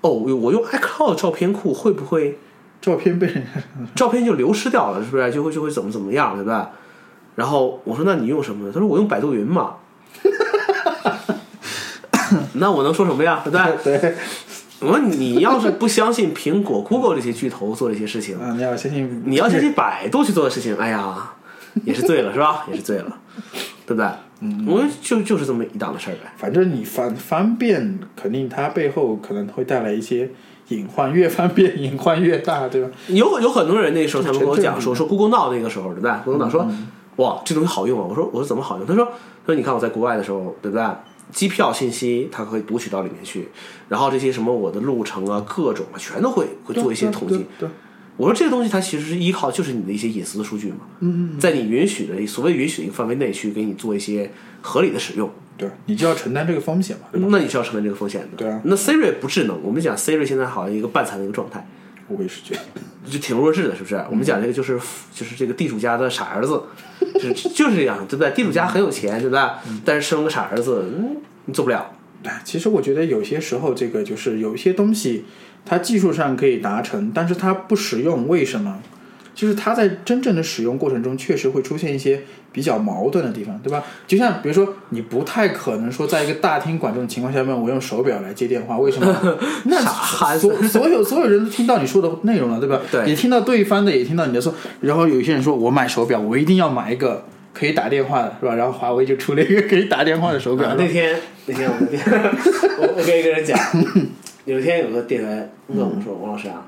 哦，我用 iCloud 照片库会不会 照片被人家照片就流失掉了，是不是？就会就会怎么怎么样，对吧？然后我说那你用什么呢？他说我用百度云嘛。 那我能说什么呀？对不对？对，我说你要是不相信苹果、Google 这些巨头做这些事情，嗯，你要相信，你要相信百度去做的事情，哎呀，也是醉了是吧？也是醉了，对不对？嗯，我就就是这么一档子事儿呗。反正你方方便，肯定它背后可能会带来一些隐患，越方便隐患越大，对吧？有有很多人那时候他们跟我讲说这嗯说 Google Now 那个时候对不对？Google Now 说、哇这东西好用啊！我说我说怎么好用？他说他说你看我在国外的时候对不对？机票信息它可以读取到里面去，然后这些什么我的路程啊各种啊全都会会做一些统计。对，对，我说这个东西它其实是依靠就是你的一些隐私的数据嘛，嗯，在你允许的所谓允许的一个范围内去给你做一些合理的使用。对对你就要承担这个风险嘛，对吧？那你是要承担这个风险的。对啊那 Siri 不智能，我们讲 Siri 现在好像一个半残的一个状态，我也是觉得，就挺弱智的，是不是？我们讲这个就是就是这个地主家的傻儿子，就是就是这样，对不对？地主家很有钱，对不对？但是生个傻儿子，嗯，你做不了。哎，其实我觉得有些时候这个就是有一些东西，它技术上可以达成，但是它不实用，为什么？就是它在真正的使用过程中，确实会出现一些比较矛盾的地方，对吧？就像比如说，你不太可能说在一个大庭广众的情况下面，我用手表来接电话，为 什么？那傻孩子所所有所有人都听到你说的内容了，对吧？ 对也听到对方的，也听到你的说。然后有一些人说，我买手表，我一定要买一个可以打电话的，是吧？然后华为就出了一个可以打电话的手表，啊对那吧天那天我那天 我我跟一个 人讲，有一天有个店员问我说：“王老师啊，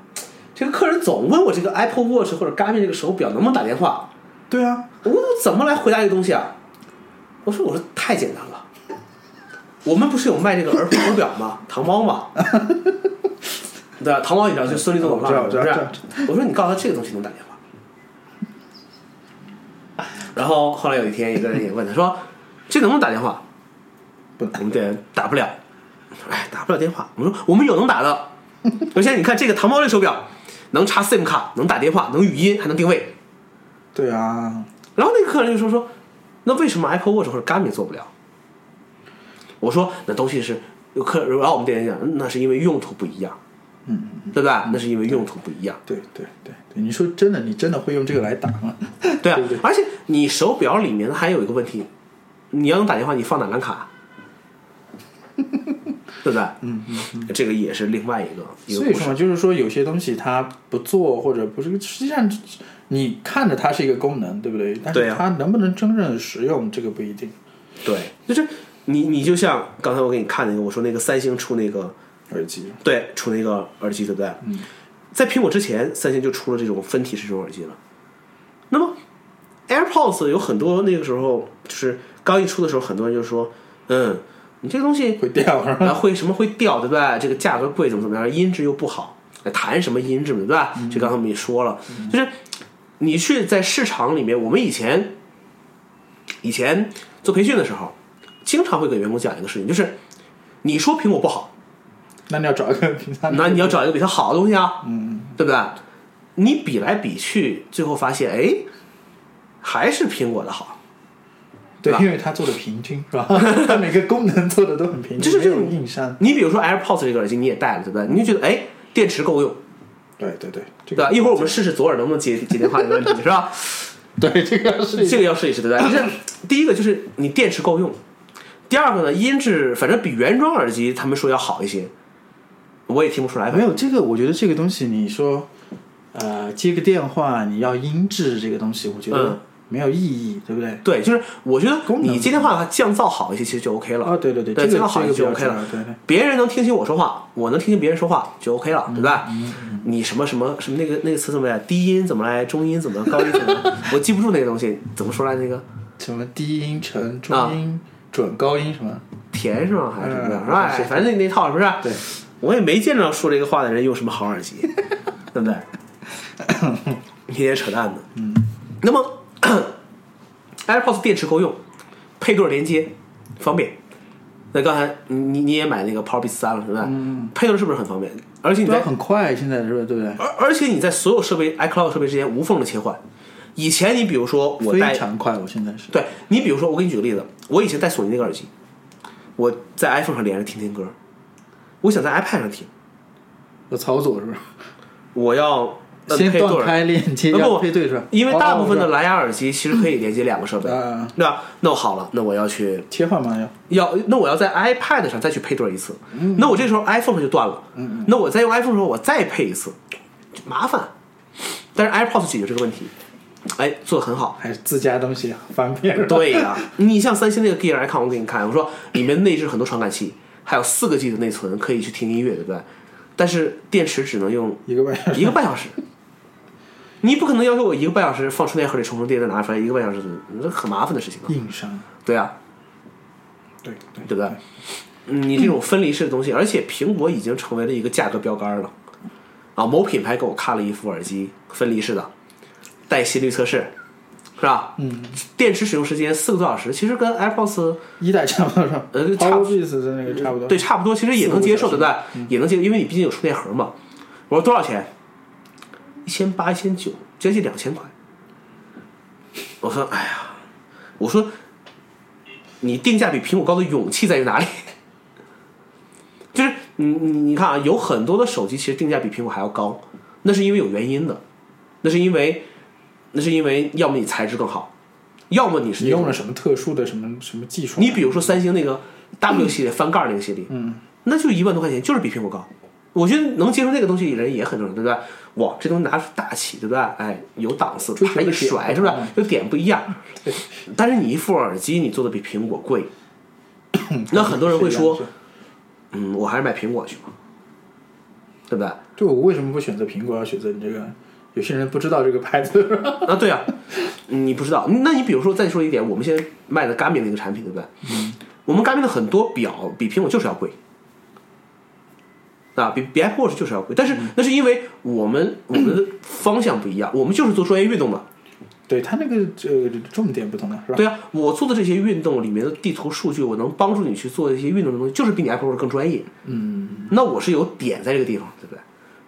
这个客人总问我这个 Apple Watch 或者 Garmin 这个手表能不能打电话，对啊，我怎么来回答这个东西啊？我说我说太简单了，我们不是有卖这个儿童手表吗？糖猫吗？对吧？糖猫你知道，就孙俪做广告的，我是嗯知不是道知道？我说你告诉他这个东西能打电话。然后后来有一天，一个人也问他说：“这能不能打电话？”不我们店员打不了，哎，打不了电话。我们说我们有能打的，而且你看这个糖猫这手表能插 SIM 卡，能打电话，能语音，还能定位。对啊，然后那个客人就说说，那为什么 Apple Watch 或者 Garmin 做不了？我说那东西是有客人，然后我们店员讲，嗯那是因为用途不一样，嗯，对吧？那是因为用途不一样，对对对对，你说真的，你真的会用这个来打吗？对啊对对。而且你手表里面还有一个问题，你要能打电话，你放哪蓝 卡？对不对？嗯嗯，这个也是另外一个一所个以故说事嘛，。就是说有些东西它不做或者不是，实际上你看着它是一个功能，对不对？但对是啊它能不能真正实用，这个不一定。对，就是你你就像刚才我给你看那个，我说那个三星出那个耳机，对，出那个耳机，对不对？嗯，在苹果之前，三星就出了这种分体式这种耳机了。那么 AirPods 有很多那个时候就是刚一出的时候，很多人就说，嗯，你这个东西会掉是吧？啊会什么会掉，对吧？这个价格贵，怎么怎么样，音质又不好，哎谈什么音质嘛，对吧？就刚才我们也说了，就是你去在市场里面，我们以前以前做培训的时候，经常会给员工讲一个事情，就是你说苹果不好，那你要找一个平 常，那你要找一个比它好的东西啊，嗯，对不对？你比来比去，最后发现，哎，还是苹果的好。对，吧因为它做的平均 是吧？它每个功能做的都很平均，就是这种没有硬伤。你比如说 AirPods 这个耳机，你也戴了，对不对？你就觉得，哎，电池够用，对对对，这对啊吧？个一会儿我们试试左耳能不能接接电话的问题，是吧？对这个是这个要试一试，对吧？就是第一个就是你电池够用，第二个呢，音质反正比原装耳机他们说要好一些，我也听不出来。没有这个，我觉得这个东西，你说，呃，接个电话你要音质这个东西，我觉嗯得没有意义，对不对？对，就是我觉得功能你接电话的话降噪好一些，其实就 OK 了。啊，对对对，对这这个个好这个就比较 OK 重要了对嗯对。别人能听清我说话，我能听清别人说话就 OK 了，对吧？你什么什么什么那个那个词怎么来？低音怎么来？中音怎么来？高音怎么来？ 我记不住那个东西怎么说来？那个什么低音、沉、中啊音、准、高音什么？甜是吗？还是怎么样？嗯是吧？哎是反正那那套是不是？对，我也没见着说这个话的人用什么好耳机， 对 不对？天天扯淡的。嗯。那么 AirPods 电池够用，配对连接方便。那刚才你你你也买那个 Power Beats 三了，对不对？嗯、配对是不是很方便？而且你对在啊，很快，现在是不是？对不对？而而且你在所有设备 iCloud 设备之间无缝的切换。以前你比如说我带非常快，我现在是。对你比如说我给你举个例子，我以前戴索尼那个耳机，我在 iPhone 上连着听听歌，我想在 iPad 上听，要操作是吧？我要摁先呃配对断儿。开链接，呃要不配对是吧？因为大部分的哦蓝牙耳机其实可以连接两个设备，啊对吧？那我好了，那我要去切换嘛要。要，那我要在 iPad 上再去配对一次，嗯那我这时候 iPhone 上就断了，那我再用 iPhone 的时候我再配一次，就麻烦。但是 AirPods 解决这个问题，哎，做的很好。还是自家东西方便 是吧？对呀、你像三星那个 Gear Icon，我给你看，我说里面内置很多传感器，还有四个 G 的内存，可以去听音乐，对不对？但是电池只能 用一个半小时。一个半小时。你不可能要求我一个半小时放充电盒里充充电再拿出来一个半小时，这很麻烦的事情啊。硬伤，对啊，对对对不对？嗯你这种分离式的东西，而且苹果已经成为了一个价格标杆了。啊，某品牌给我看了一副耳机，分离式的，带心率测试，是吧？嗯，电池使用时间四个多小时，其实跟 AirPods 一代差不多是吧？呃差 Power Beats 的那个差不多。对，差不多，其实也能接受，对四五不个对？也能接受，因为你毕竟有充电盒嘛。我说多少钱？一千八、一千九，将近两千块。我说，哎呀，我说，你定价比苹果高的勇气在于哪里？ 就是你你你看啊，有很多的手机其实定价比苹果还要高，那是因为有原因的，那是因为那是因为要么你材质更好，要么你是你那种用了什么特殊的什么什么技术？啊你比如说三星那个 W 系列翻盖儿那个系列，嗯，那就一万多块钱，就是比苹果高。我觉得能接受那个东西的人也很正常，对不对？哇，这东西拿出大气，对不对？哎，有档次，追求啪一个点甩，是不是嗯？就点不一样。但是你一副耳机，你做的比苹果 贵，那很多人会说是一样的，嗯，我还是买苹果去吧，对不对？是对我为什么不选择苹果，要选择你这个？有些人不知道这个牌子是吧？ 啊，对啊，你不知道。那你比如说再说一点，我们现在卖的 Garmin 那个产品，对不对？我们 Garmin 的很多表比苹果就是要贵，啊，比比 Apple Watch 就是要贵。但是那是因为我们我们的方向不一样，我们就是做专业运动的。对它那个这个重点不同了，是吧？对啊，我做的这些运动里面的地图数据，我能帮助你去做一些运动的东西，就是比你 Apple Watch 更专业。嗯，那我是有点在这个地方，对不对？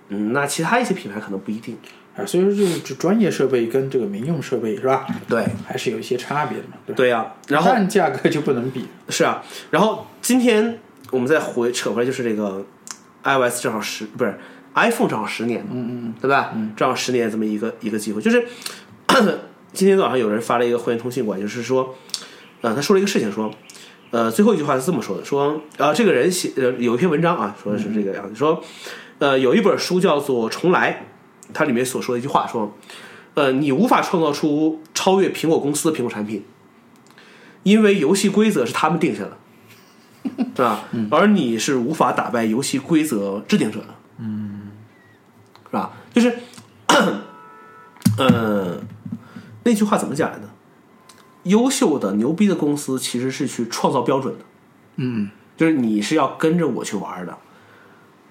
嗯，那其他一些品牌可能不一定。啊，所以说这这专业设备跟这个民用设备是吧，对，还是有一些差别的嘛，对吧？对呀、啊然后但价格就不能比，是啊，然后今天我们再回扯回来，就是这个 iOS 正好十不是 iPhone 正好十年嘛，嗯嗯，对吧？正好十年这么一个一个机会，就是 今天早上有人发了一个会员通信管，就是说，呃，他说了一个事情，说，呃，最后一句话是这么说的，说，呃，这个人写呃有一篇文章啊，说的是这个样子，说，呃，有一本书叫做《重来》，它里面所说的一句话说，呃，你无法创造出超越苹果公司的苹果产品。因为游戏规则是他们定下的，是吧？而你是无法打败游戏规则制定者的，嗯，是吧？就是，呃，那句话怎么讲来呢？优秀的、牛逼的公司其实是去创造标准的，嗯，就是你是要跟着我去玩的，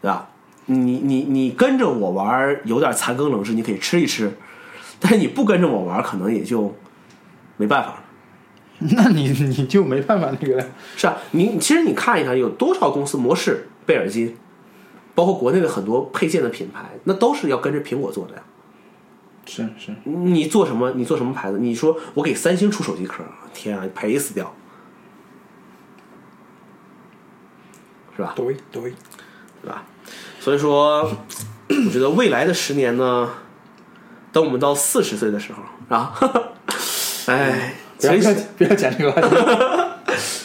对吧？你你你跟着我玩，有点残羹冷炙，你可以吃一吃，但是你不跟着我玩，可能也就没办法了。 那你你就没办法那个了。是啊，你其实你看一看，有多少公司模式、贝尔金，包括国内的很多配件的品牌，那都是要跟着苹果做的呀。是是，你做什么？你做什么牌子？你说我给三星出手机壳，天啊，赔死掉，是吧？对对，对吧？所以说， 我觉得未来的十年呢，等我们到四十岁的时候啊， 哎，其不要不要实不要讲这个话题，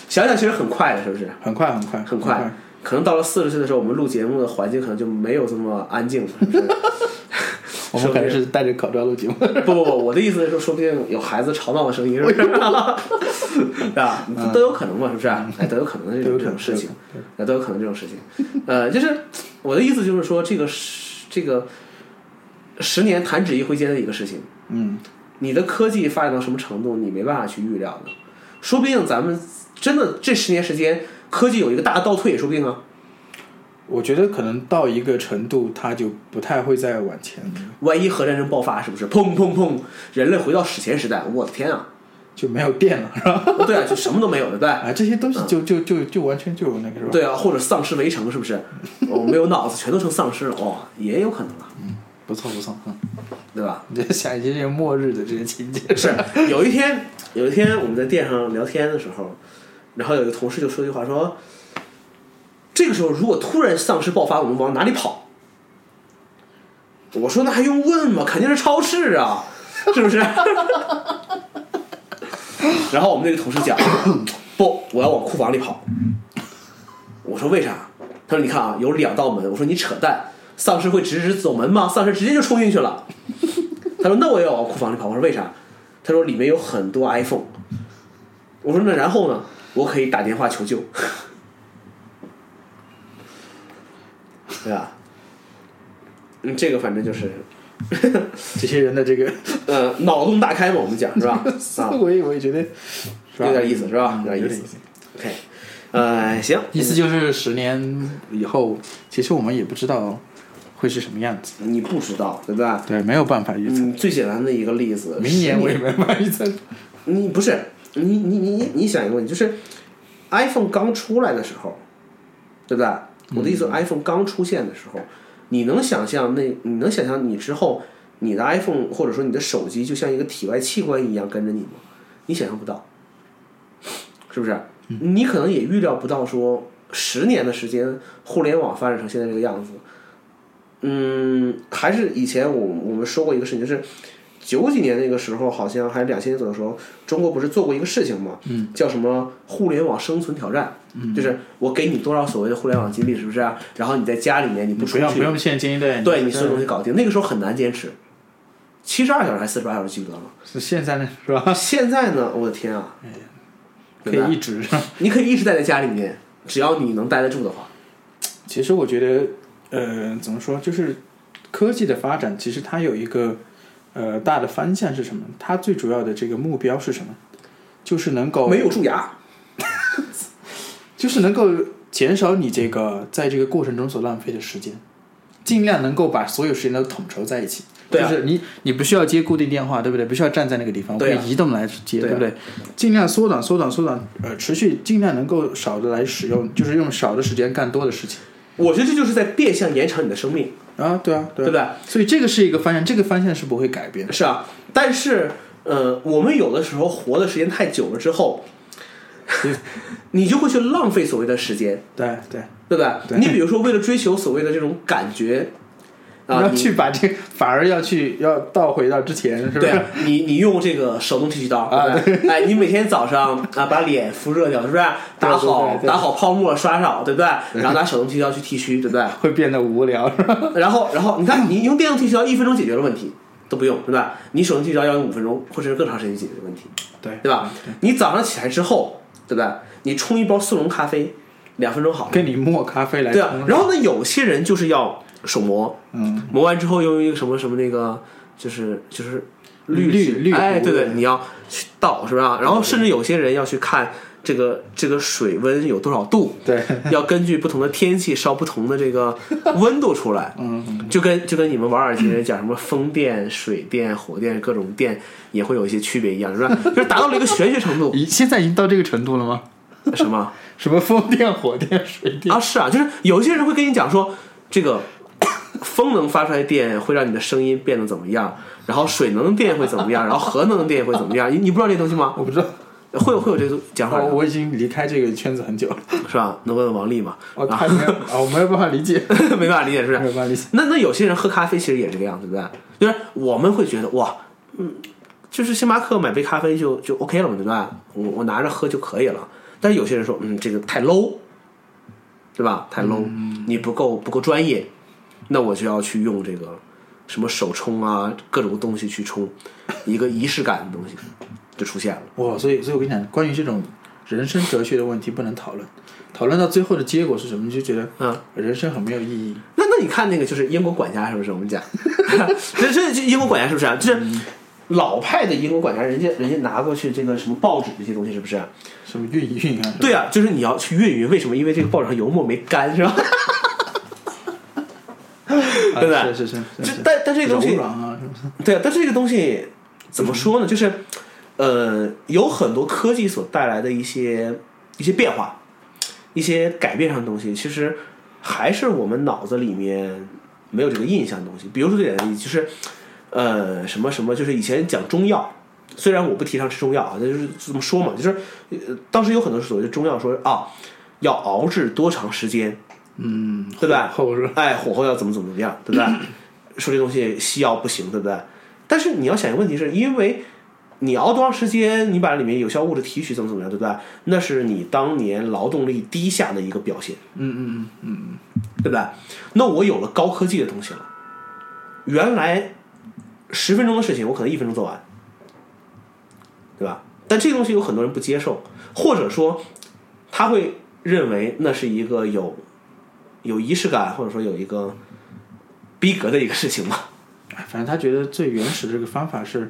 想想其实很快的，是不是？很快很快很快，可能到了四十岁的时候，我们录节目的环境可能就没有这么安静了。是不是 我们 可能是戴着口罩录节目。不不不，我的意思是说，说不定有孩子吵闹的声 音，是不是？啊，都有可能嘛，是不是？哎，都有可能这嗯都种有可这能种事情，哎，都有可能这种事情。呃，就是我的意思就是说，这个是这个十年弹指一挥间的一个事情，嗯，你的科技发展到什么程度，你没办法去预料的。说不定咱们真的这十年时间，科技有一个大的倒退，也说不定啊。我觉得可能到一个程度，它就不太会再往前了，万一核战争爆发，是不是砰砰砰，人类回到史前时代？我的天啊！就没有电了，是吧？对啊，就什么都没有了，对吧啊，这些东西就就就就完全就有那个是吧？对啊，或者丧尸围城，是不是？我、没有脑子，全都成丧尸了，哦，也有可能啊，不错不错，嗯，对吧？你 就想一些这些末日的这些情节，是有一天，有一天我们在店上聊天的时候，然后有一个同事就说一句话说，这个时候如果突然丧尸爆发，我们往哪里跑？我说那还用问吗？肯定是超市啊，是不 是？然后我们那个同事讲， 不，我要往库房里跑。我说为啥？他说你看啊，有两道门。我说你扯淡，丧尸会直直走门吗？丧尸直接就冲进去了。他说那我也要往库房里跑。我说为啥？他说里面有很多 iPhone。我说那然后呢？我可以打电话求救， 对吧？嗯，这个反正就是，这些人的这个呃，脑洞大开嘛，我们讲是 吧？思啊，维，我也觉得是吧有点意思是吧嗯有点有意点思意思。 OK，呃，行，意思就是十年以后，其实我们也不知道会是什么样子。你不知道对吧？对，没有办法预测。嗯，最简单的一个例子，明年十我也没办法预测。你不是你你你你想一个问题，就是 iPhone 刚出来的时候，对不对？我的意思，iPhone 嗯刚出现的时候，你能想象那你能想象你之后你的 iPhone 或者说你的手机就像一个体外器官一样跟着你吗？你想象不到，是不是？你可能也预料不到说十年的时间，互联网发展成现在这个样子。嗯，还是以前我我们说过一个事情，就是九几年那个时候，好像还是两千年左右的时候，中国不是做过一个事情吗？嗯，叫什么互联网生存挑战？嗯，就是我给你多少所谓的互联网金币，是不是、啊？然后你在家里面你不出不用不去，用现金，对对你所有东西搞定。那个时候很难坚持，七十二小时还是四十八小时记不得了。是现在呢，是吧？现在呢，我的天啊，哎可对吧以一直。你可以一直待在家里面，只要你能待得住的话。 其实我觉得，呃，怎么说，就是科技的发展，其实它有一个呃大的方向是什么？它最主要的这个目标是什么？就是能够没有蛀牙，就是能够减少你这个在这个过程中所浪费的时间，尽量能够把所有时间都统筹在一起。对啊就是你你不需要接固定电话，对不对？不需要站在那个地方，我可对啊以移动来接，对啊不对？尽量缩短、缩短、缩短，呃，持续尽量能够少的来使用，就是用少的时间干多的事情。我觉得这就是在变相延长你的生命，啊，对啊，对啊不对？所以这个是一个方向，这个方向是不会改变的。是啊，但是呃，我们有的时候活的时间太久了之后， 你就会去浪费所谓的时间，对对，对吧？对你比如说，为了追求所谓的这种感觉啊，要你去把这个，反而要去要倒回到之前，是不对是？啊你，你用这个手动剃须刀，啊对不对哎，你每天早上啊把脸敷热掉，是不是？打对好对对打好泡沫刷上， 对不对？然后拿手动剃须刀去剃须，对不对？会变得无聊，是吧？然后，然后你看，你用电动剃须刀一分钟解决了问题都不用，对吧？你手动剃须刀要用五分钟，或者是更长时间去解决问题，对对吧？你早上起来之后，对吧？你冲一包速溶咖啡，两分钟好了，跟你磨咖啡来对啊冲。然后呢，有些人就是要手磨，嗯，磨完之后用一个什么什么那个，就是就是滤滤纸滤哎，壶对对，你要去倒是吧？然后甚至有些人要去看这个这个水温有多少度，对，要根据不同的天气烧不同的这个温度出来。 嗯，就跟就跟你们玩耳机人讲什么风电、水电、火电各种电也会有一些区别一样，是吧？就是达到了一个玄学程 度，已 现在已经到这个程度了吗？什么什么风电、火电、水电，啊？是啊，就是有些人会跟你讲说，这个 风能发出来的电会让你的声音变得怎么样，然后水能电会怎么样，然后核能电会怎么样？你你不知道这些东西吗？我不知道，会有会有这个讲法我的哦我已经离开这个圈子很久了，是吧？能问问王丽吗？ 我太没有，啊，我没有办法理解， 没办法理解，是不是没？有办法理解，那那有些人喝咖啡其实也这个样子，对吧？就是我们会觉得哇，嗯，就是星巴克买杯咖啡就就 OK 了嘛，对吧？我我拿着喝就可以了。但是有些人说，嗯，这个太 low，对吧？太 low，、你不够不够专业，那我就要去用这个什么手冲啊，各种东西去冲，一个仪式感的东西就出现了。哇，所以所以我跟你讲，关于这种人生哲学的问题不能讨论，讨论到最后的结果是什么，你就觉得嗯，人生很没有意义。那那你看那个就是英国管家是不是？我们讲， 这这这英国管家是不是啊？就是老派的英国管家，人家人家拿过去这个什么报纸这些东西是不是？什么运运啊？是吧对啊，就是你要去运匀，为什么？因为这个报纸上油墨没干是吧？啊对不对是是 是，这是但但这个东西柔，软啊，是不是？对啊，但这个东西怎么说呢？就是呃，有很多科技所带来的一些一些变化，一些改变上的东西，其实还是我们脑子里面没有这个印象的东西。比如说最简单的例子，就是呃什么什么，就是以前讲中药。虽然我不提倡吃中药啊，但就是这么说嘛，就是、呃、当时有很多所谓的中药说啊，要熬制多长时间，嗯，对吧？后热哎，火候要怎么怎么怎么样，对不 对？说这东西西药不行，对不对？但是你要想一个问题是，因为你熬多长时间，你把里面有效物质提取怎么怎么样，对不对？那是你当年劳动力低下的一个表现，嗯嗯嗯对不对？那我有了高科技的东西了，原来十分钟的事情，我可能一分钟做完，对吧？但这个东西有很多人不接受，或者说他会认为那是一个有有仪式感，或者说有一个逼格的一个事 情嘛。嗯，哎反正他觉得最原始的这个方法是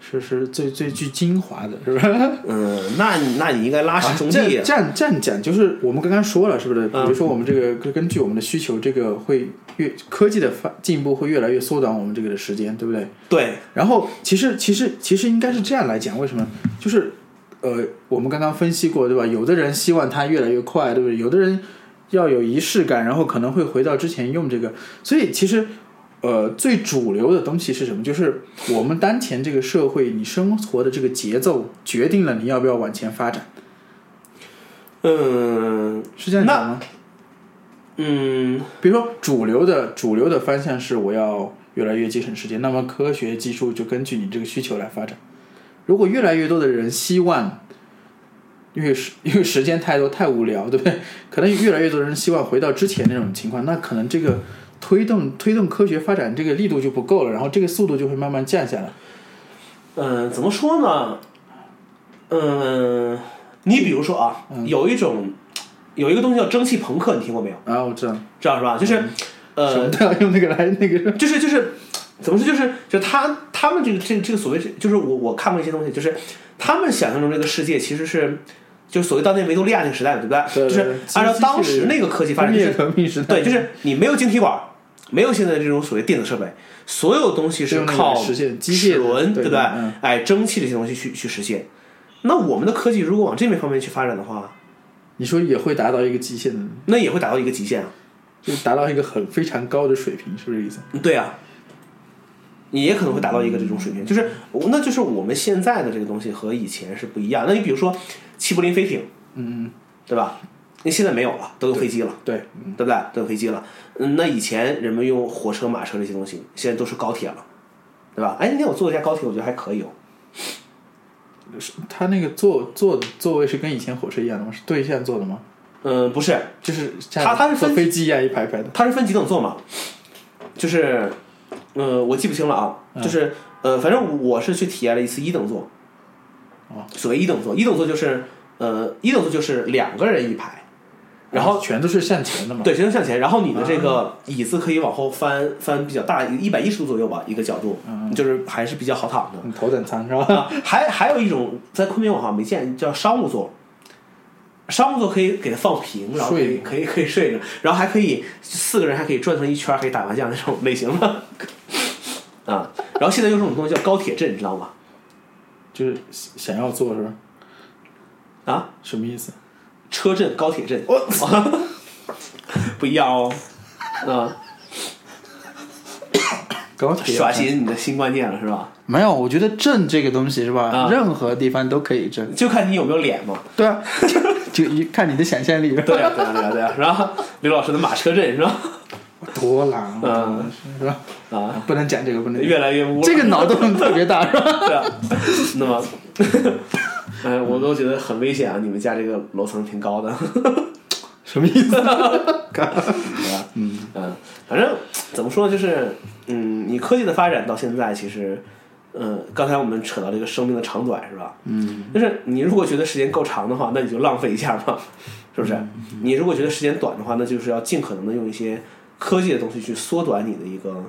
是是最最具精华的，是不是？嗯，那你那你应该 拉屎种啊这地样这样这样讲，就是我们刚刚说了，是不是？比啊嗯如说我们这个根根据我们的需求，这个会越科技的发进步会越来越缩短我们这个的时间，对不对？对，然后其实其实其实应该是这样来讲，为什么？就是呃，我们刚刚分析过，对吧？有的人希望它越来越快，对不对？有的人要有仪式感，然后可能会回到之前用这个。所以其实呃，最主流的东西是什么？就是我们当前这个社会，你生活的这个节奏决定了你要不要往前发展，嗯是这样讲吗？嗯，比如说主流的主流的方向是我要越来越节省时间，那么科学技术就根据你这个需求来发展。如果越来越多的人希望，因为时因为时间太多太无聊，对不 对？可能越来越多人希望回到之前那种情况，那可能这个推动推动科学发展这个力度就不够了，然后这个速度就会慢慢降下来。嗯，怎么说呢？嗯，你比如说啊，嗯有一种有一个东西叫蒸汽朋克，你听过没有？啊，我知道，知道是吧？就是，什么呃，都要用那个来那个。就是就是怎么说？就是就他他们这个这个这个所谓是就是我我看过一些东西，就是他们想象中这个世界其实是就所谓当年维多利亚那个时代，对不对？对对就是按照当时那个科技发展，工就业是革命时代，对，就是你没有晶体管，没有现在这种所谓电子设备，所有东西是用那个靠实现机齿械的轮，对不对嗯？哎，蒸汽这些东西去去实现。那我们的科技如果往这面方面去发展的话，你说也会达到一个极限的，那也会达到一个极限啊。就达到一个很非常高的水平，是不是这个意思？对啊，你也可能会达到一个这种水平，就是我那就是我们现在的这个东西和以前是不一样。那你比如说齐柏林飞艇，嗯，对吧？那现在没有了，都用飞机了，对，对不对？都用飞机了。嗯，那以前人们用火车、马车这些东西，现在都是高铁了，对吧？哎，那天我坐了一下高铁，我觉得还可以哦。他那个座座座位是跟以前火车一样的吗？是对向坐的吗？嗯，不是，就是它它是坐分飞机一样一排一排的。它是分几等座嘛，就是，呃，我记不清了啊，就是呃，反正我是去体验了一次一等座。哦，所谓一等座，一等座就是呃，一等座就是两个人一排，然后全都是向前的嘛。对，全都向前，然后你的这个椅子可以往后翻翻比较大，一百一十度左右吧，一个角度，就是还是比较好躺的。嗯，头等舱是吧？ 还还有一种在昆明我好像没见，叫商务座。商务座可以给它放平，然后可以睡可以可以睡着，然后还可以四个人还可以转成一圈，可以打麻将那种类型的。 啊，然后现在又是种东西叫高铁镇，你知道吗？就是想要坐是吧？啊，什么意思？车震、高铁震， 不一样哦。 啊，高铁刷新你的新观念了是吧？没有，我觉得震这个东西是吧？啊任何地方都可以震。就看你有没有脸嘛。对啊， 就一看你的想象力。对啊呀、对呀、对呀、对呀、然后刘老师的马车震是吧？多狼啊嗯，是吧？啊，不能讲这个，不能越来越污了。这个脑洞特别大，是 吧？对啊，那么， 哎，我都觉得很危险啊！你们家这个楼层挺高的，什么意思？对吧？嗯嗯，反正怎么说呢，就是嗯，你科技的发展到现在，其实，嗯、刚才我们扯到这个生命的长短，是吧？嗯，就是你如果觉得时间够长的话，那你就浪费一下嘛， 是不是？你如果觉得时间短的话，那就是要尽可能的用一些科技的东西去缩短你的一个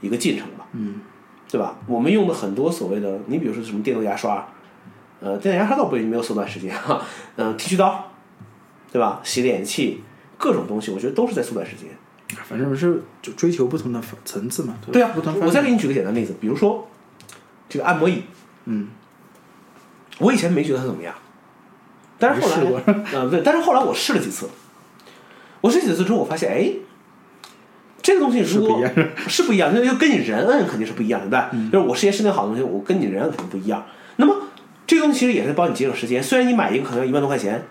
一个进程吧。嗯，对吧？我们用的很多所谓的，你比如说什么电动牙刷，呃，电动牙刷倒不没有缩短时间哈，嗯、剃须刀，对吧？洗脸器，各种东西，我觉得都是在缩短时间。反正是就追求不同的层次嘛。对啊不同，我方再向给你举个简单例子，比如说这个按摩椅，嗯，我以前没觉得它怎么样，但是后没试来过，呃，对，但是后来我试了几次，我试几次之后，我发现，哎，这个东西如是不果一 样嗯是不一样，那就跟你人摁肯定是不一样的，对吧？就是我事先设定好的东西，我跟你人摁肯定不一样。那么这个东西其实也是帮你节省时间，虽然你买一个可能要一万多块钱，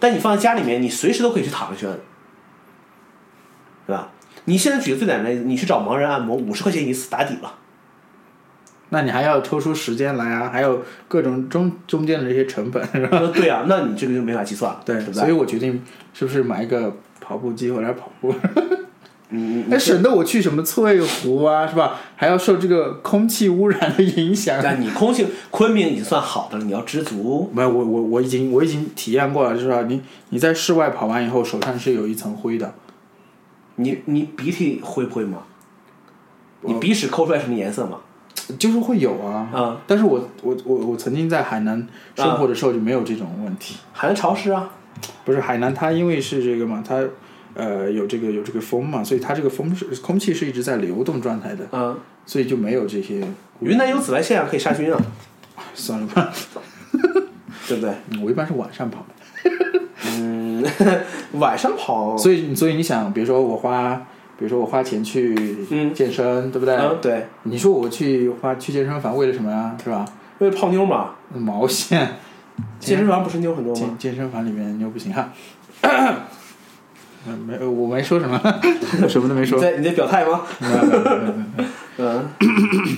但你放在家里面，你随时都可以去躺着去摁，对吧？你现在举个最简单的例子，你去找盲人按摩，五十块钱一次打底了。那你还要抽出时间来啊，还有各种中中间的这些成本， 是吧？那对啊， 那你这个就没法计算了，对对，不所以对？我决定是不是买一个跑步机回来跑步，嗯，哎， 省得我去什么翠湖啊，是吧？还要受这个空气污染的影响。但你空性昆明已经算好的了，你要知足。没有，我我我已经我已经体验过了，就是吧？你你在室外跑完以后，手上是有一层灰的，你你鼻涕会不会吗？你鼻屎抠出来什么颜色吗？就是会有啊。啊，但是我我我我曾经在海南生活的时候就没有这种问题。海南潮湿啊，不是海南，它因为是这个嘛，它呃有这个有这个风嘛，所以它这个风是空气是一直在流动状态的，嗯，所以就没有这些。云南有紫外线啊，可以杀菌啊，算了吧，对不对？嗯 我一般是晚上跑的，嗯，晚上跑，嗯所以所以你想，比如说我花，比如说我花钱去嗯健身，对不对？嗯，对，你说我去花去健身房为了什么呀？是吧？为了泡妞嘛，毛线，健身房不是妞很多吗健？健身房里面又不行 哈。嗯没，我没说什么，我什么都没你说。在你在表态吗？ 没有没有没有没有嗯，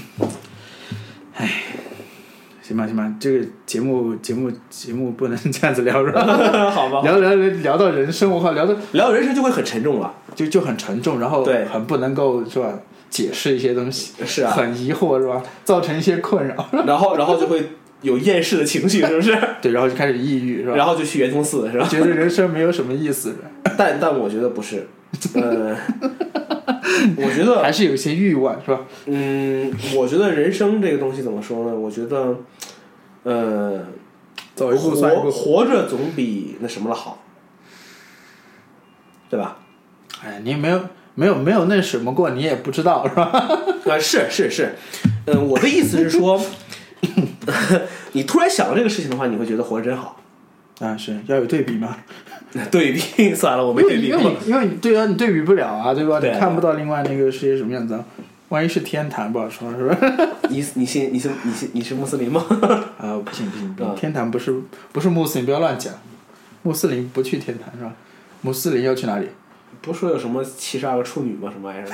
行吧，行吧，这个节目节目节目不能 这样子聊是吧？ 好吧，聊聊聊聊到人生，我靠，聊的聊到人生就会很沉重了。就就很沉重，然后对很不能够是吧？解释一些东西，是啊 很疑惑是吧？造成一些困扰， 然后然后就会有厌世的情绪，是不是？对，然后就开始抑郁是吧？然后就去圆通寺，是吧？觉得人生没有什么意思，但但我觉得不是， 呃，我觉得还是有些欲望是吧？嗯，我觉得人生这个东西怎么说呢？我觉得，呃，走一步算一活步，活着总比那什么了好，对吧？哎，你没有没有没有那什么过，你也不知道是吧？ 啊，是是是，嗯、我的意思是说， 你突然想到这个事情的话，你会觉得活着真好。 啊，是要有对比嘛？对比算了，我没因对为你比因为过。你因为你对啊，你对比不了啊，对吧？对啊你看不到另外那个世界什么样子啊，万一是天堂不好说是吧？你你信你信你信你是穆斯林吗？ 啊，不行不行不啊行，天堂不是不是穆斯林，不要乱讲。穆斯林不去天堂是吧？穆斯林要去哪里？ 不是说有什么七十二个处女吗？什么玩意儿的？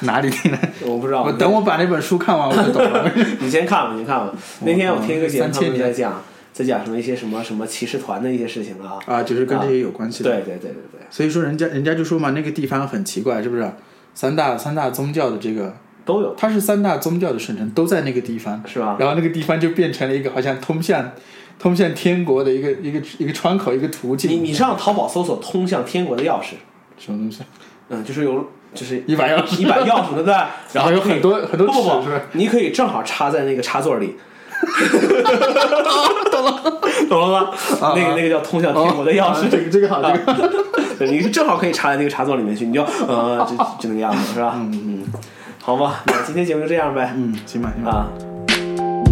哪里听呢？我不知道。我等我把那本书看完我就懂 了。你先看吧，你看吧。那天我听一个节目，三他千们在年讲，在讲什么一些什么什么骑士团的一些事情啊。啊，就是跟这些有关系对的。对对对对，所以说人家人家就说嘛，那个地方很奇怪，是不是？三大三大宗教的这个，都有它是三大宗教的圣城都在那个地方，是吧？然后那个地方就变成了一个好像通向通向天国的一个一个一个窗口，一个途你径。你上淘宝搜索“通向天国的钥匙什么东西？”，嗯，就是有就是一把钥匙，一 把钥匙对不对？然后有可以很多很多不不齿不是吧，你可以正好插在那个插座里。懂了，懂了吧？啊那个那个叫通向天国的钥匙啊，这个这个好，这个对你是正好可以插在那个插座里面去，你就呃，就就那个样子是吧？嗯嗯，好吧，那今天节目就这样呗。嗯，行吧行吧。啊。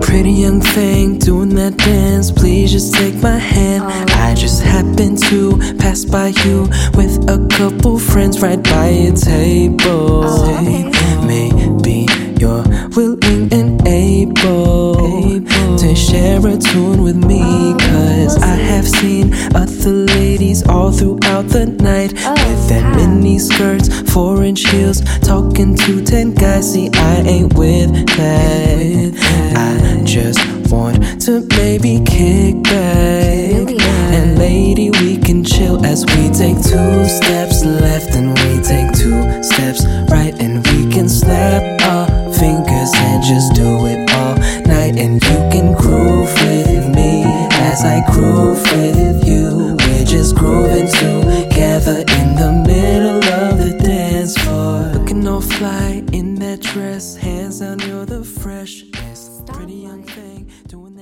Pretty young thing doing that dance, please just take my hand. I just happened to pass by you with a couple friends right by your table. Maybe you're willing and able, to share a tune with me, cause I have seen other ladies all throughout the night with their mini skirts, four inch heels, talking to ten guys. See, I ain't with that. I just want to maybe kick back. And lady, we can chill as we take two steps left and we take two steps right. And we can slap our fingers and just do it all night. And you can groove with me as I groove with you. We're just grooving together in the middle of the dance floor. Looking all fly in that dress, hands down, you're the freshest. Pretty young thing doing.